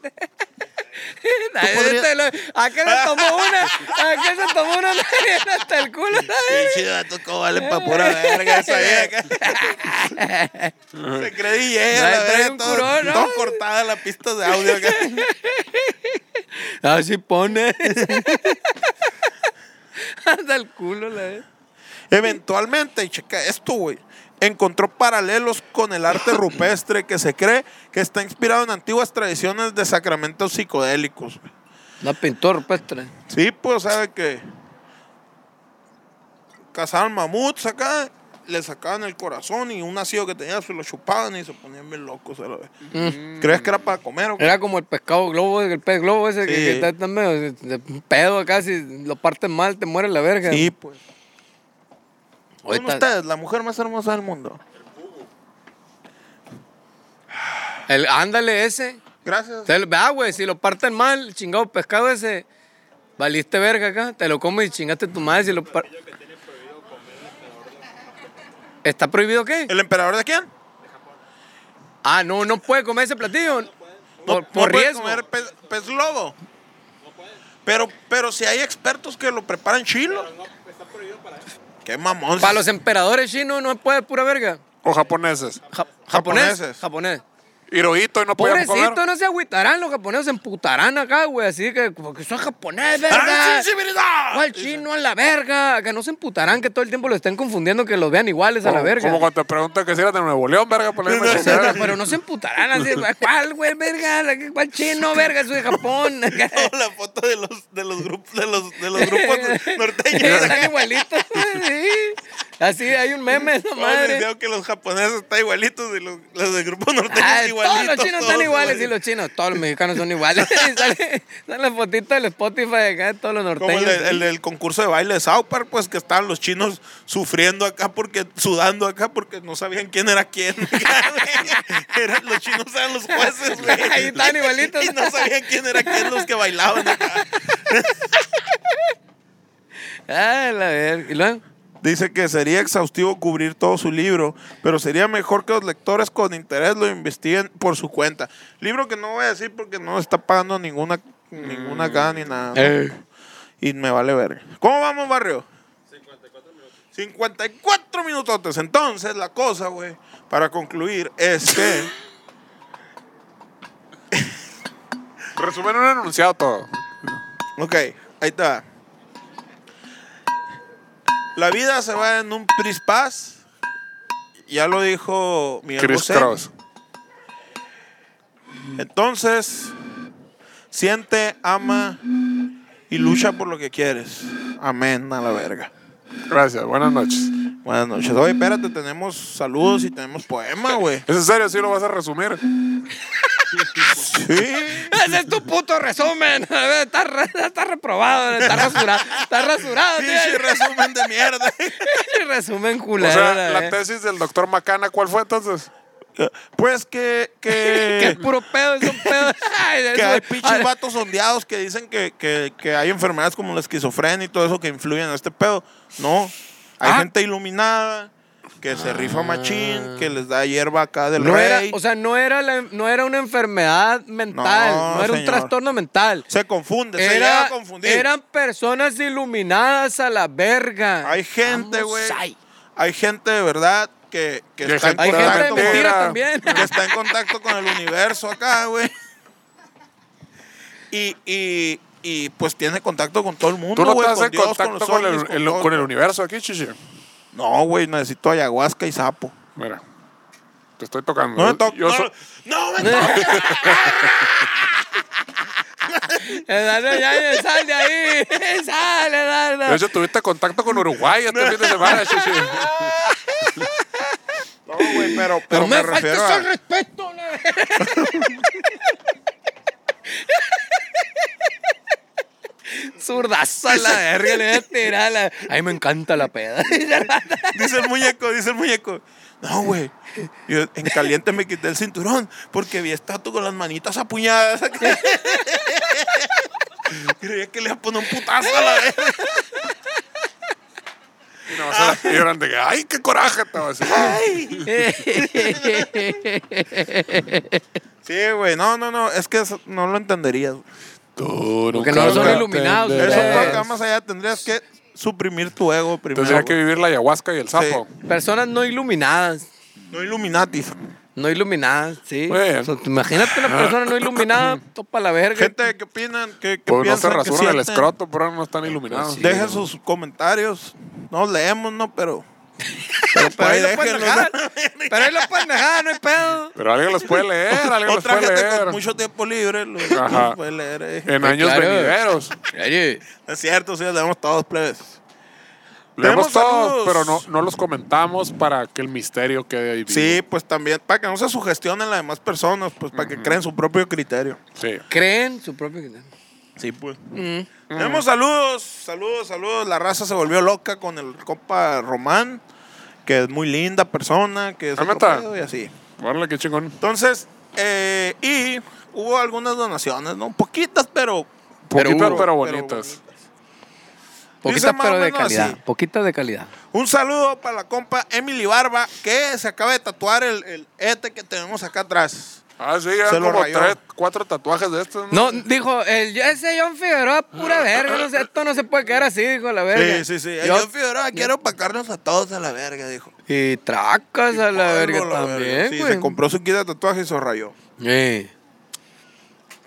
B: Nadie
C: podrías-
B: te lo- ¿A qué se tomó una? ¿A qué se tomó una? Hasta el culo, ¿sabes?
C: Pinche vato, ¿cómo vale pa' pura verga esa vieja? Se cree DJ,
B: Trae-
C: la
B: trae
C: verga,
B: un
C: todo-
B: curón, ¿no?
C: todo cortada la pista de audio. acá. Ah,
B: Así pone. Hasta el culo, la vez.
C: Eventualmente, y checa esto, güey, encontró paralelos con el arte rupestre que se cree que está inspirado en antiguas tradiciones de sacramentos psicodélicos. güey.
B: La pintor rupestre.
C: Sí, pues, ¿sabe que Cazaban mamuts acá, le sacaban el corazón y un nacido que tenía se lo chupaban y se ponían bien locos. a la vez. ¿Crees que era para comer o qué?
B: Mm. Era como el pescado globo, el pez globo ese que,
C: Sí.
B: que está tan medio de- de pedo acá. Si lo partes mal, te muere la verga.
C: Sí, pues. Con
B: Ahorita-
C: ustedes, la mujer más hermosa del mundo.
B: el, ándale ese.
C: Gracias.
B: Te lo- ah, güey, si lo parten mal, chingado pescado ese, valiste verga acá, te lo comes y chingaste tu madre si lo par- ¿Está prohibido qué?
C: ¿El emperador de quién?
B: Ah, no, no puede comer ese platillo.
C: No-
B: Por,
C: no
B: por
C: puede
B: riesgo.
C: comer pez, pez lobo. Pero, pero si hay expertos que lo preparan chilo. Qué mamón. ¡Ah,
B: Para los emperadores chinos no puede pura verga.
A: O japoneses.
B: Ja- japonés.
C: Japoneses.
B: Japonés.
A: Hirohito y no podían
B: Pobrecito,
A: comer.
B: no se agüitarán. Los japoneses se emputarán acá, güey. Así que, porque son
C: ¡Ah,
B: japonés, verga.
C: sensibilidad!
B: ¿Cuál chino a la verga? Que no se emputarán, que todo el tiempo lo estén confundiendo, que los vean iguales a la verga.
A: Como cuando te preguntan que si eras de Nuevo León, verga, pues, por la misma
B: O sea,
A: chingadera.
B: pero no se emputarán así. ¿Cuál, güey, verga? ¿Cuál chino, verga? Soy de Japón.
C: O la foto de los, de los, grupos, de los, de los grupos norteños.
B: Están igualitos, sí. Así hay un meme, esa
C: Como les
B: madre.
C: digo que los japoneses están igualitos y los, los del grupo norteño
B: Ah,
C: igualitos.
B: todos los chinos están
C: todos
B: iguales, sí,
C: igualitos.
B: los chinos, todos los mexicanos son iguales. Y sale, sale la fotito del Spotify de acá, de todos los
C: Como
B: norteños.
C: el, de- el del concurso de baile de South Park, pues que estaban los chinos sufriendo acá porque, sudando acá porque no sabían quién era quién. eran, los chinos eran los jueces, güey.
B: Ahí están igualitos.
C: Y no sabían quién era quién los que bailaban acá.
B: Ah, la verga. Y luego,
C: Dice que sería exhaustivo cubrir todo su libro, pero sería mejor que los lectores con interés lo investiguen por su cuenta. Libro que no voy a decir porque no está pagando ninguna, ninguna acá ni nada. Y me vale verga. ¿Cómo vamos, barrio? 54 minutotes. Entonces, la cosa, güey, para concluir, es que.
A: Resumen un enunciado todo.
C: Ok, ahí está. La vida se va en un prispaz. Ya lo dijo Miguel
A: Chris
C: Bosé.
A: Cross.
C: Entonces, siente, ama y lucha por lo que quieres. Amén a la verga.
A: Gracias, buenas noches.
C: Buenas noches. Oye, espérate, tenemos saludos y tenemos poema, güey.
A: ¿Es en serio? ¿Sí lo vas a resumir?
C: Sí.
B: Ese es tu puto resumen. A ver, Está, re- está reprobado, está rasurado. Está rasurado,
C: Pinche
B: tío.
C: resumen de mierda.
B: Pinche resumen
A: O
B: culero.
A: sea,
B: la eh.
A: la
B: verga.
A: tesis del doctor Macana, ¿cuál fue entonces?
C: Pues que. que...
B: Que es puro pedo, es un pedo. Ay,
C: que
B: eso- ah,
C: hay pinches
B: Ay,
C: vatos ondeados que dicen que, que- que hay enfermedades como la esquizofrenia y todo eso que influyen en este pedo. No. Hay
B: Ah.
C: gente iluminada que se rifa machín, que les da hierba acá del
B: No
C: rey.
B: era, o sea, no era, la- no era una enfermedad mental, no,
C: No,
B: era un
C: señor.
B: trastorno mental.
C: se confunde, se llega
B: Era,
C: a confundir.
B: eran personas iluminadas a la verga.
C: hay gente,
B: Vamos,
C: güey.
B: ay.
C: Hay gente de verdad que, que
A: Y hay
C: está en
A: gente-
B: Hay gente de
C: contacto con-
B: mentira
A: mentira.
B: también.
C: que está en contacto con el universo acá, güey. Y, y, y, pues tiene contacto con todo el mundo,
A: ¿Tú no
C: güey,
A: estás
C: con
A: en
C: Dios,
A: contacto
C: con los
A: con, el,
C: ovnis,
A: el-
C: todo.
A: con el universo aquí, Chichi?
C: No, güey, necesito ayahuasca y sapo.
A: Mira, te estoy tocando.
C: No me
A: Yo-
C: toques.
A: yo
C: No,
A: so-
C: no me toques.
B: Eduardo Yáñez, sal de ahí. Sal,
A: De
B: Eduardo.
A: hecho, tuviste contacto con Uruguay este fin de semana, Chichi.
C: No, güey, pero, pero
B: No
C: me,
B: me
C: refiero
B: faltes
C: a...
B: al respeto. la verga. Zurdazo a la verga, le voy a tirar. la- Ay, me encanta la peda.
C: Dice el muñeco, dice el muñeco. No, güey. Yo en caliente me quité el cinturón porque vi esta tú con las manitas apuñadas. Creía que le iba a poner un putazo a la vez.
A: Y, no, o
C: Ah.
A: sea, y eran de que, ¡ay, qué coraje! Te voy a decir.
C: Sí, güey. No, no, no. Es que eso no lo entenderías.
A: Tú
B: Porque
A: nunca
B: no son
A: lo
B: iluminados,
C: Eso
A: entenderás.
B: ustedes.
C: por acá más allá tendrías que suprimir tu ego primero.
A: Tendría que
C: güey.
A: vivir la ayahuasca y el sapo.
B: Personas no iluminadas.
C: No Illuminati.
B: No iluminadas, sí.
A: Bueno.
B: O sea, imagínate una persona no iluminada, topa la verga.
C: Gente, ¿qué opinan? ¿Qué, qué
A: Pues no se
C: piensan? ¿Qué
A: rasuran el
C: sienten?
A: escroto, pero no están iluminados.
B: Pues Sí.
C: Dejen sus comentarios. No leemos, no, pero. Pero,
B: pero ahí lo pueden
C: déjenlo,
B: dejar.
C: ¿no?
B: Pero ahí lo pueden dejar, no hay pedo.
A: Pero alguien los puede leer, alguien los
C: Otra
A: puede
C: gente con
A: leer.
C: mucho tiempo libre lo,
A: Ajá.
C: lo puede leer. eh.
A: En años
B: Claro.
A: venideros.
B: Oye,
C: Es cierto, sí, leemos todos, plebes.
A: Leemos
C: Tenemos
A: todos,
C: saludos.
A: pero no, no los comentamos para que el misterio quede ahí. vivo.
C: Sí, pues también, para que no se sugestionen las demás personas, pues para que creen su propio criterio.
A: Sí.
B: creen su propio.
C: Sí, pues. Tenemos saludos, saludos, saludos. La raza se volvió loca con el compa Román, que es muy linda persona, que es
A: Ah,
C: otro
A: ¿neta?
C: pedo y así.
A: Órale, qué chingón.
C: Entonces, eh, y hubo algunas donaciones, ¿no? Poquitas, pero...
A: Poquitas,
C: hubo,
A: pero bonitas.
B: Poquita,
C: más o
B: pero de
C: menos
B: calidad.
C: así.
B: Poquita de calidad.
C: Un saludo para la compa Emily Barba, que se acaba de tatuar el, el este que tenemos acá atrás.
A: Ah, sí, eran
C: Se lo
A: como
C: rayó.
A: tres, cuatro tatuajes de estos.
B: No, dijo, el, ese John Figueroa, pura verga. No sé, esto no se puede quedar así, dijo la
C: Sí,
B: verga.
C: sí, sí. El
B: Yo-
C: John Figueroa, quiero pacarnos a todos a la verga, dijo.
B: y tracas a la
C: Algo
B: verga
C: a la verga.
B: también,
C: Sí,
B: güey.
C: se compró su kit de tatuaje y se rayó.
B: Sí.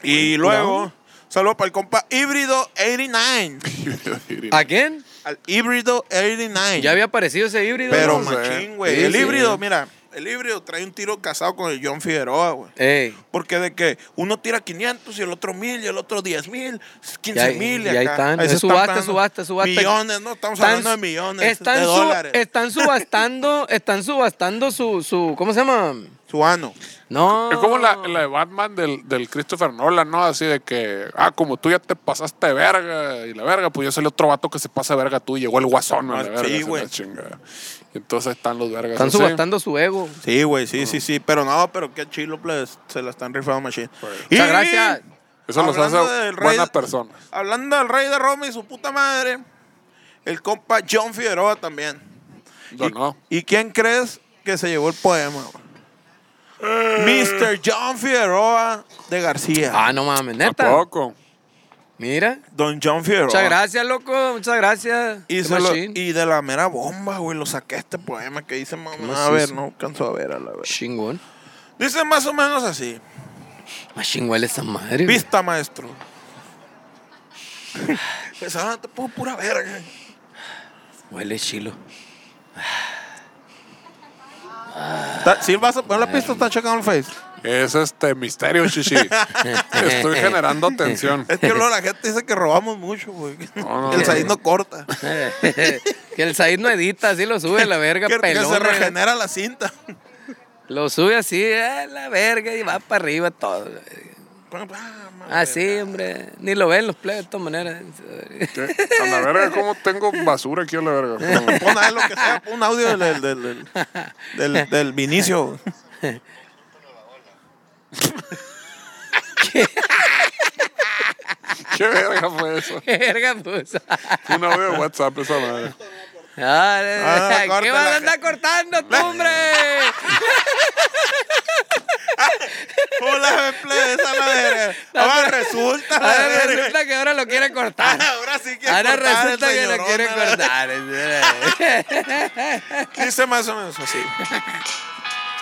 C: Y luego, saludo para el compa Híbrido 89.
B: ¿A quién?
C: Al Híbrido 89.
B: Ya había aparecido ese híbrido.
C: Pero
B: ¿no?
A: sé.
C: machín, güey.
B: Sí,
C: el
B: sí.
C: híbrido, mira, el híbrido trae un tiro casado con el John Figueroa, güey.
B: Ey,
C: Porque de que uno tira 500 y el otro 1000 y el otro 10 mil, 15 mil.
B: y ahí están. Es subasta, subasta, subasta.
C: Millones, ¿no? Estamos hablando de millones.
B: Están,
C: de
B: su-
C: dólares.
B: están subastando, están subastando su, su, ¿cómo se llama?
C: Subano.
B: No.
A: Es como la, la de Batman del, del Christopher Nolan, ¿no? Así de que, ah, como tú ya te pasaste de verga y la verga, pues yo soy el otro vato que se pasa de verga tú y llegó el guasón, a la
C: Ah,
A: verga.
C: sí,
A: así
C: güey.
A: la chingada. Y entonces están los vergas.
B: Están
A: así.
B: subastando su ego.
C: Sí, güey, sí, sí, sí. Pero no, pero qué chilo, pues, se la están rifando machine.
B: Muchas gracias.
A: Eso los
C: Hablando
A: hace
C: del rey-
A: buenas personas.
C: Hablando del rey de Roma y su puta madre, el compa John Figueroa también.
A: Yo
C: ¿Y,
A: no.
C: ¿Y quién crees que se llevó el poema? güey? Mr. John Figueroa de García.
B: Ah, no mames,
A: ¿A
B: neta.
A: poco?
B: Mira.
C: Don John Figueroa.
B: Muchas gracias, loco. Muchas gracias.
C: Y,
B: Qué
C: se lo-
B: machín.
C: y de la mera bomba, güey, lo saqué este poema que dice más o menos. A
B: macizo.
C: ver, no alcanzó a ver, a la vez.
B: Chingón.
C: Dice más o menos así.
B: Más chingón esa madre. güey.
C: Vista, maestro. pues ahora te pongo pura verga.
B: Huele chilo.
C: Si vas a poner la pista, está checando el face.
A: Es este misterio, chichi. Estoy generando tensión.
C: Es que luego la gente dice que robamos mucho, güey.
A: No, no,
C: el
A: no.
C: Said no corta.
B: que el Said no edita, así lo sube la verga,
C: que, que
B: pelón.
C: se
B: eh.
C: regenera la cinta.
B: Lo sube así, eh, a la verga, y va para arriba todo. la verga.
C: Ah,
B: Así, hombre. Ni lo ven los plebes de todas maneras.
A: ¿Qué? A la verga, ¿cómo tengo basura aquí a la verga?
C: Pon ahí lo que sea, pon un audio del, del, del, del, del, del Vinicio.
A: ¿Qué verga fue eso?
B: Qué verga, pues.
A: Un audio de WhatsApp, esa madre.
B: Ah,
C: Ah,
B: ¿Qué vas
C: córtala.
B: a andar cortando, tú, hombre?
C: Hola, plebes, a la verga. Ahora resulta, a la
B: Ahora
C: verga. Ah,
B: resulta que ahora lo quiere cortar.
C: Ahora sí que
B: Ahora
C: cortar el
B: resulta que lo
C: señorón,
B: quiere
C: a la-
B: cortar.
C: Dice más o menos así.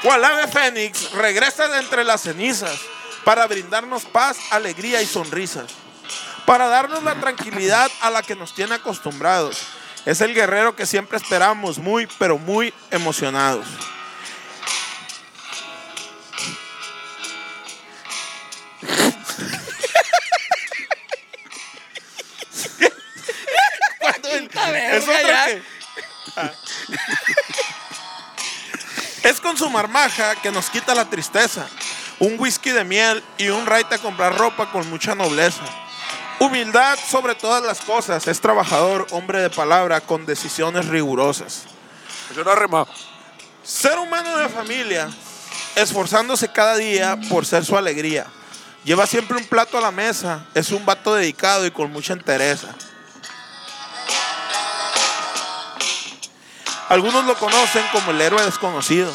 C: Gualave Fénix regresa de entre las cenizas para brindarnos paz, alegría y sonrisas. Para darnos la tranquilidad a la que nos tiene acostumbrados. Es el guerrero que siempre esperamos, muy, pero muy emocionados.
B: Puta verga,
C: Es otra
B: ya.
C: que- Ah. Es con su marmaja que nos quita la tristeza. Un whisky de miel y un raite a comprar ropa con mucha nobleza. Humildad sobre todas las cosas. Es trabajador, hombre de palabra, con decisiones rigurosas.
A: Yo no remado.
C: Ser humano de familia, esforzándose cada día por ser su alegría. Lleva siempre un plato a la mesa. Es un vato dedicado y con mucha entereza. Algunos lo conocen como el héroe desconocido,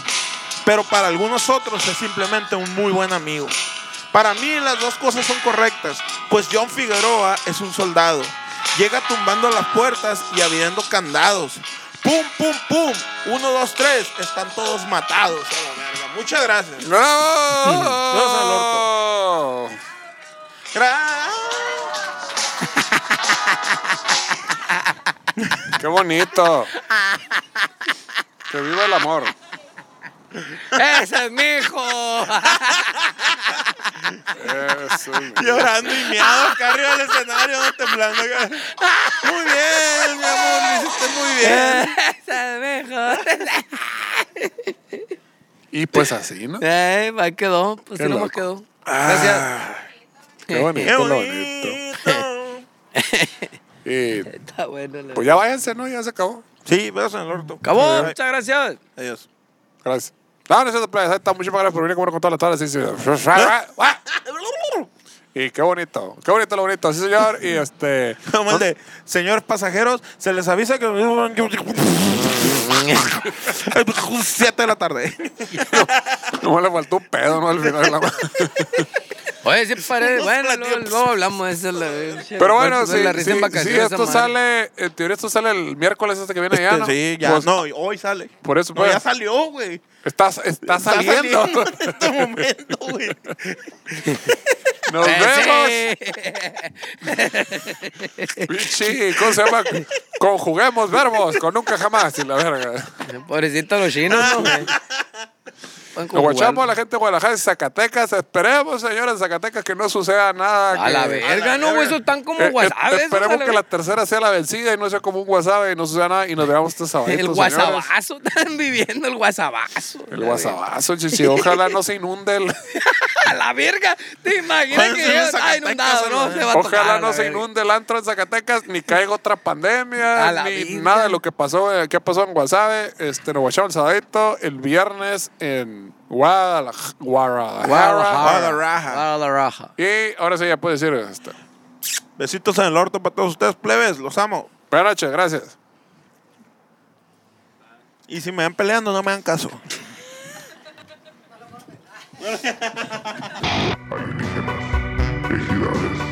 C: pero para algunos otros es simplemente un muy buen amigo. Para mí las dos cosas son correctas, pues John Figueroa es un soldado. Llega tumbando las puertas y abriendo candados. ¡Pum, pum, pum! Uno, dos, tres. Están todos matados. A la verga. Muchas gracias.
A: ¡No!
C: No Gra-
A: ¡Qué bonito! ¡Que viva el amor!
B: ¡Ese es mi hijo!
A: Eso, mi-
C: Llorando y miado acá arriba del escenario, no temblando. acá. Muy bien, mi amor, lo hiciste muy bien.
B: ¡Ese es mi hijo!
A: y pues así, ¿no?
B: Ay, ahí quedó, pues
A: Qué
B: sí nomás
A: loco. Ah.
B: quedó. Gracias.
A: Qué bonito,
C: Qué
A: lo
C: bonito.
A: bonito. Y
B: Está bueno. la-
A: pues ya Pues váyanse, ¿no? Ya se acabó.
C: Sí, vas en el orto.
B: Acabó,
C: Ay,
B: muchas gracias.
C: Adiós.
A: Gracias. pues, Ah,
C: ¿Ah?
A: No, no es cierto, plebes. Ahí está. Muchísimas gracias por venir a comer con todas las tardes. Sí, sí. Y qué bonito, qué bonito lo bonito, sí señor. Y este.
C: Como el de, señor pasajeros, se les avisa que... Siete de la tarde.
A: No le faltó un pedo, ¿no? Al final de la-
B: Oye, sí parece.
C: Unos
B: Bueno, luego,
C: platillos.
B: luego hablamos de eso. La,
A: Pero bueno,
B: sí,
A: sí,
B: pues, la risa en
A: sí,
B: vacaciones,
A: sí,
B: esa
A: esto
B: madre.
A: sale, en teoría esto sale el miércoles este que viene ya, ¿no?
C: Sí, ya.
A: Pues,
C: no, hoy sale.
A: Por eso,
C: No,
A: pues.
C: ya salió, güey.
A: Está, está, saliendo.
C: en este momento, güey.
A: Nos vemos.
B: Eh, sí.
A: Pichi, ¿cómo se llama? Conjuguemos verbos con nunca jamás y la verga.
B: Pobrecito los chinos, ¿no, güey? Pueden
A: Nos
B: conjugar.
A: guachamos a Ah. la gente de Guadalajara y Zacatecas. Esperemos, señores, Zacatecas, que no suceda nada.
B: A
A: que-
B: la
A: Eh,
B: verga, no, güey. Esos están como
A: eh,
B: WhatsApp. esos a
A: esperemos
B: la
A: que la
B: verga.
A: tercera sea la vencida y no sea como un WhatsApp y no suceda nada y nos veamos este sábado.
B: El guasabazo. Están viviendo el guasabazo.
A: El
B: la verga.
A: guasabazo, chichi. Ojalá no se inunde el...
B: A la verga. Te imaginas
C: Pueden
B: que
C: ser
B: ya
C: en
B: está
C: Zacatecas,
B: inundado, ¿no?
C: ¿no?
B: Se va a tocar,
A: Ojalá
B: a
A: no
B: la
A: se
B: verga.
A: inunde el antro en Zacatecas, ni caiga otra pandemia,
B: A la
A: ni
B: virgen.
A: nada de lo que pasó, eh, que ha pasado en Guasave. Este, nos guachamos el sabadito, el viernes en Guadalaj- Guadalajara.
C: Guadalajara.
B: Guadalajara.
A: Y ahora sí ya puedes decir. Este.
C: Besitos en el orto para todos ustedes, plebes. Los amo.
A: Buenas noches, gracias.
C: Y si me ven peleando, no me hagan caso.
D: alienígenas, ejidales,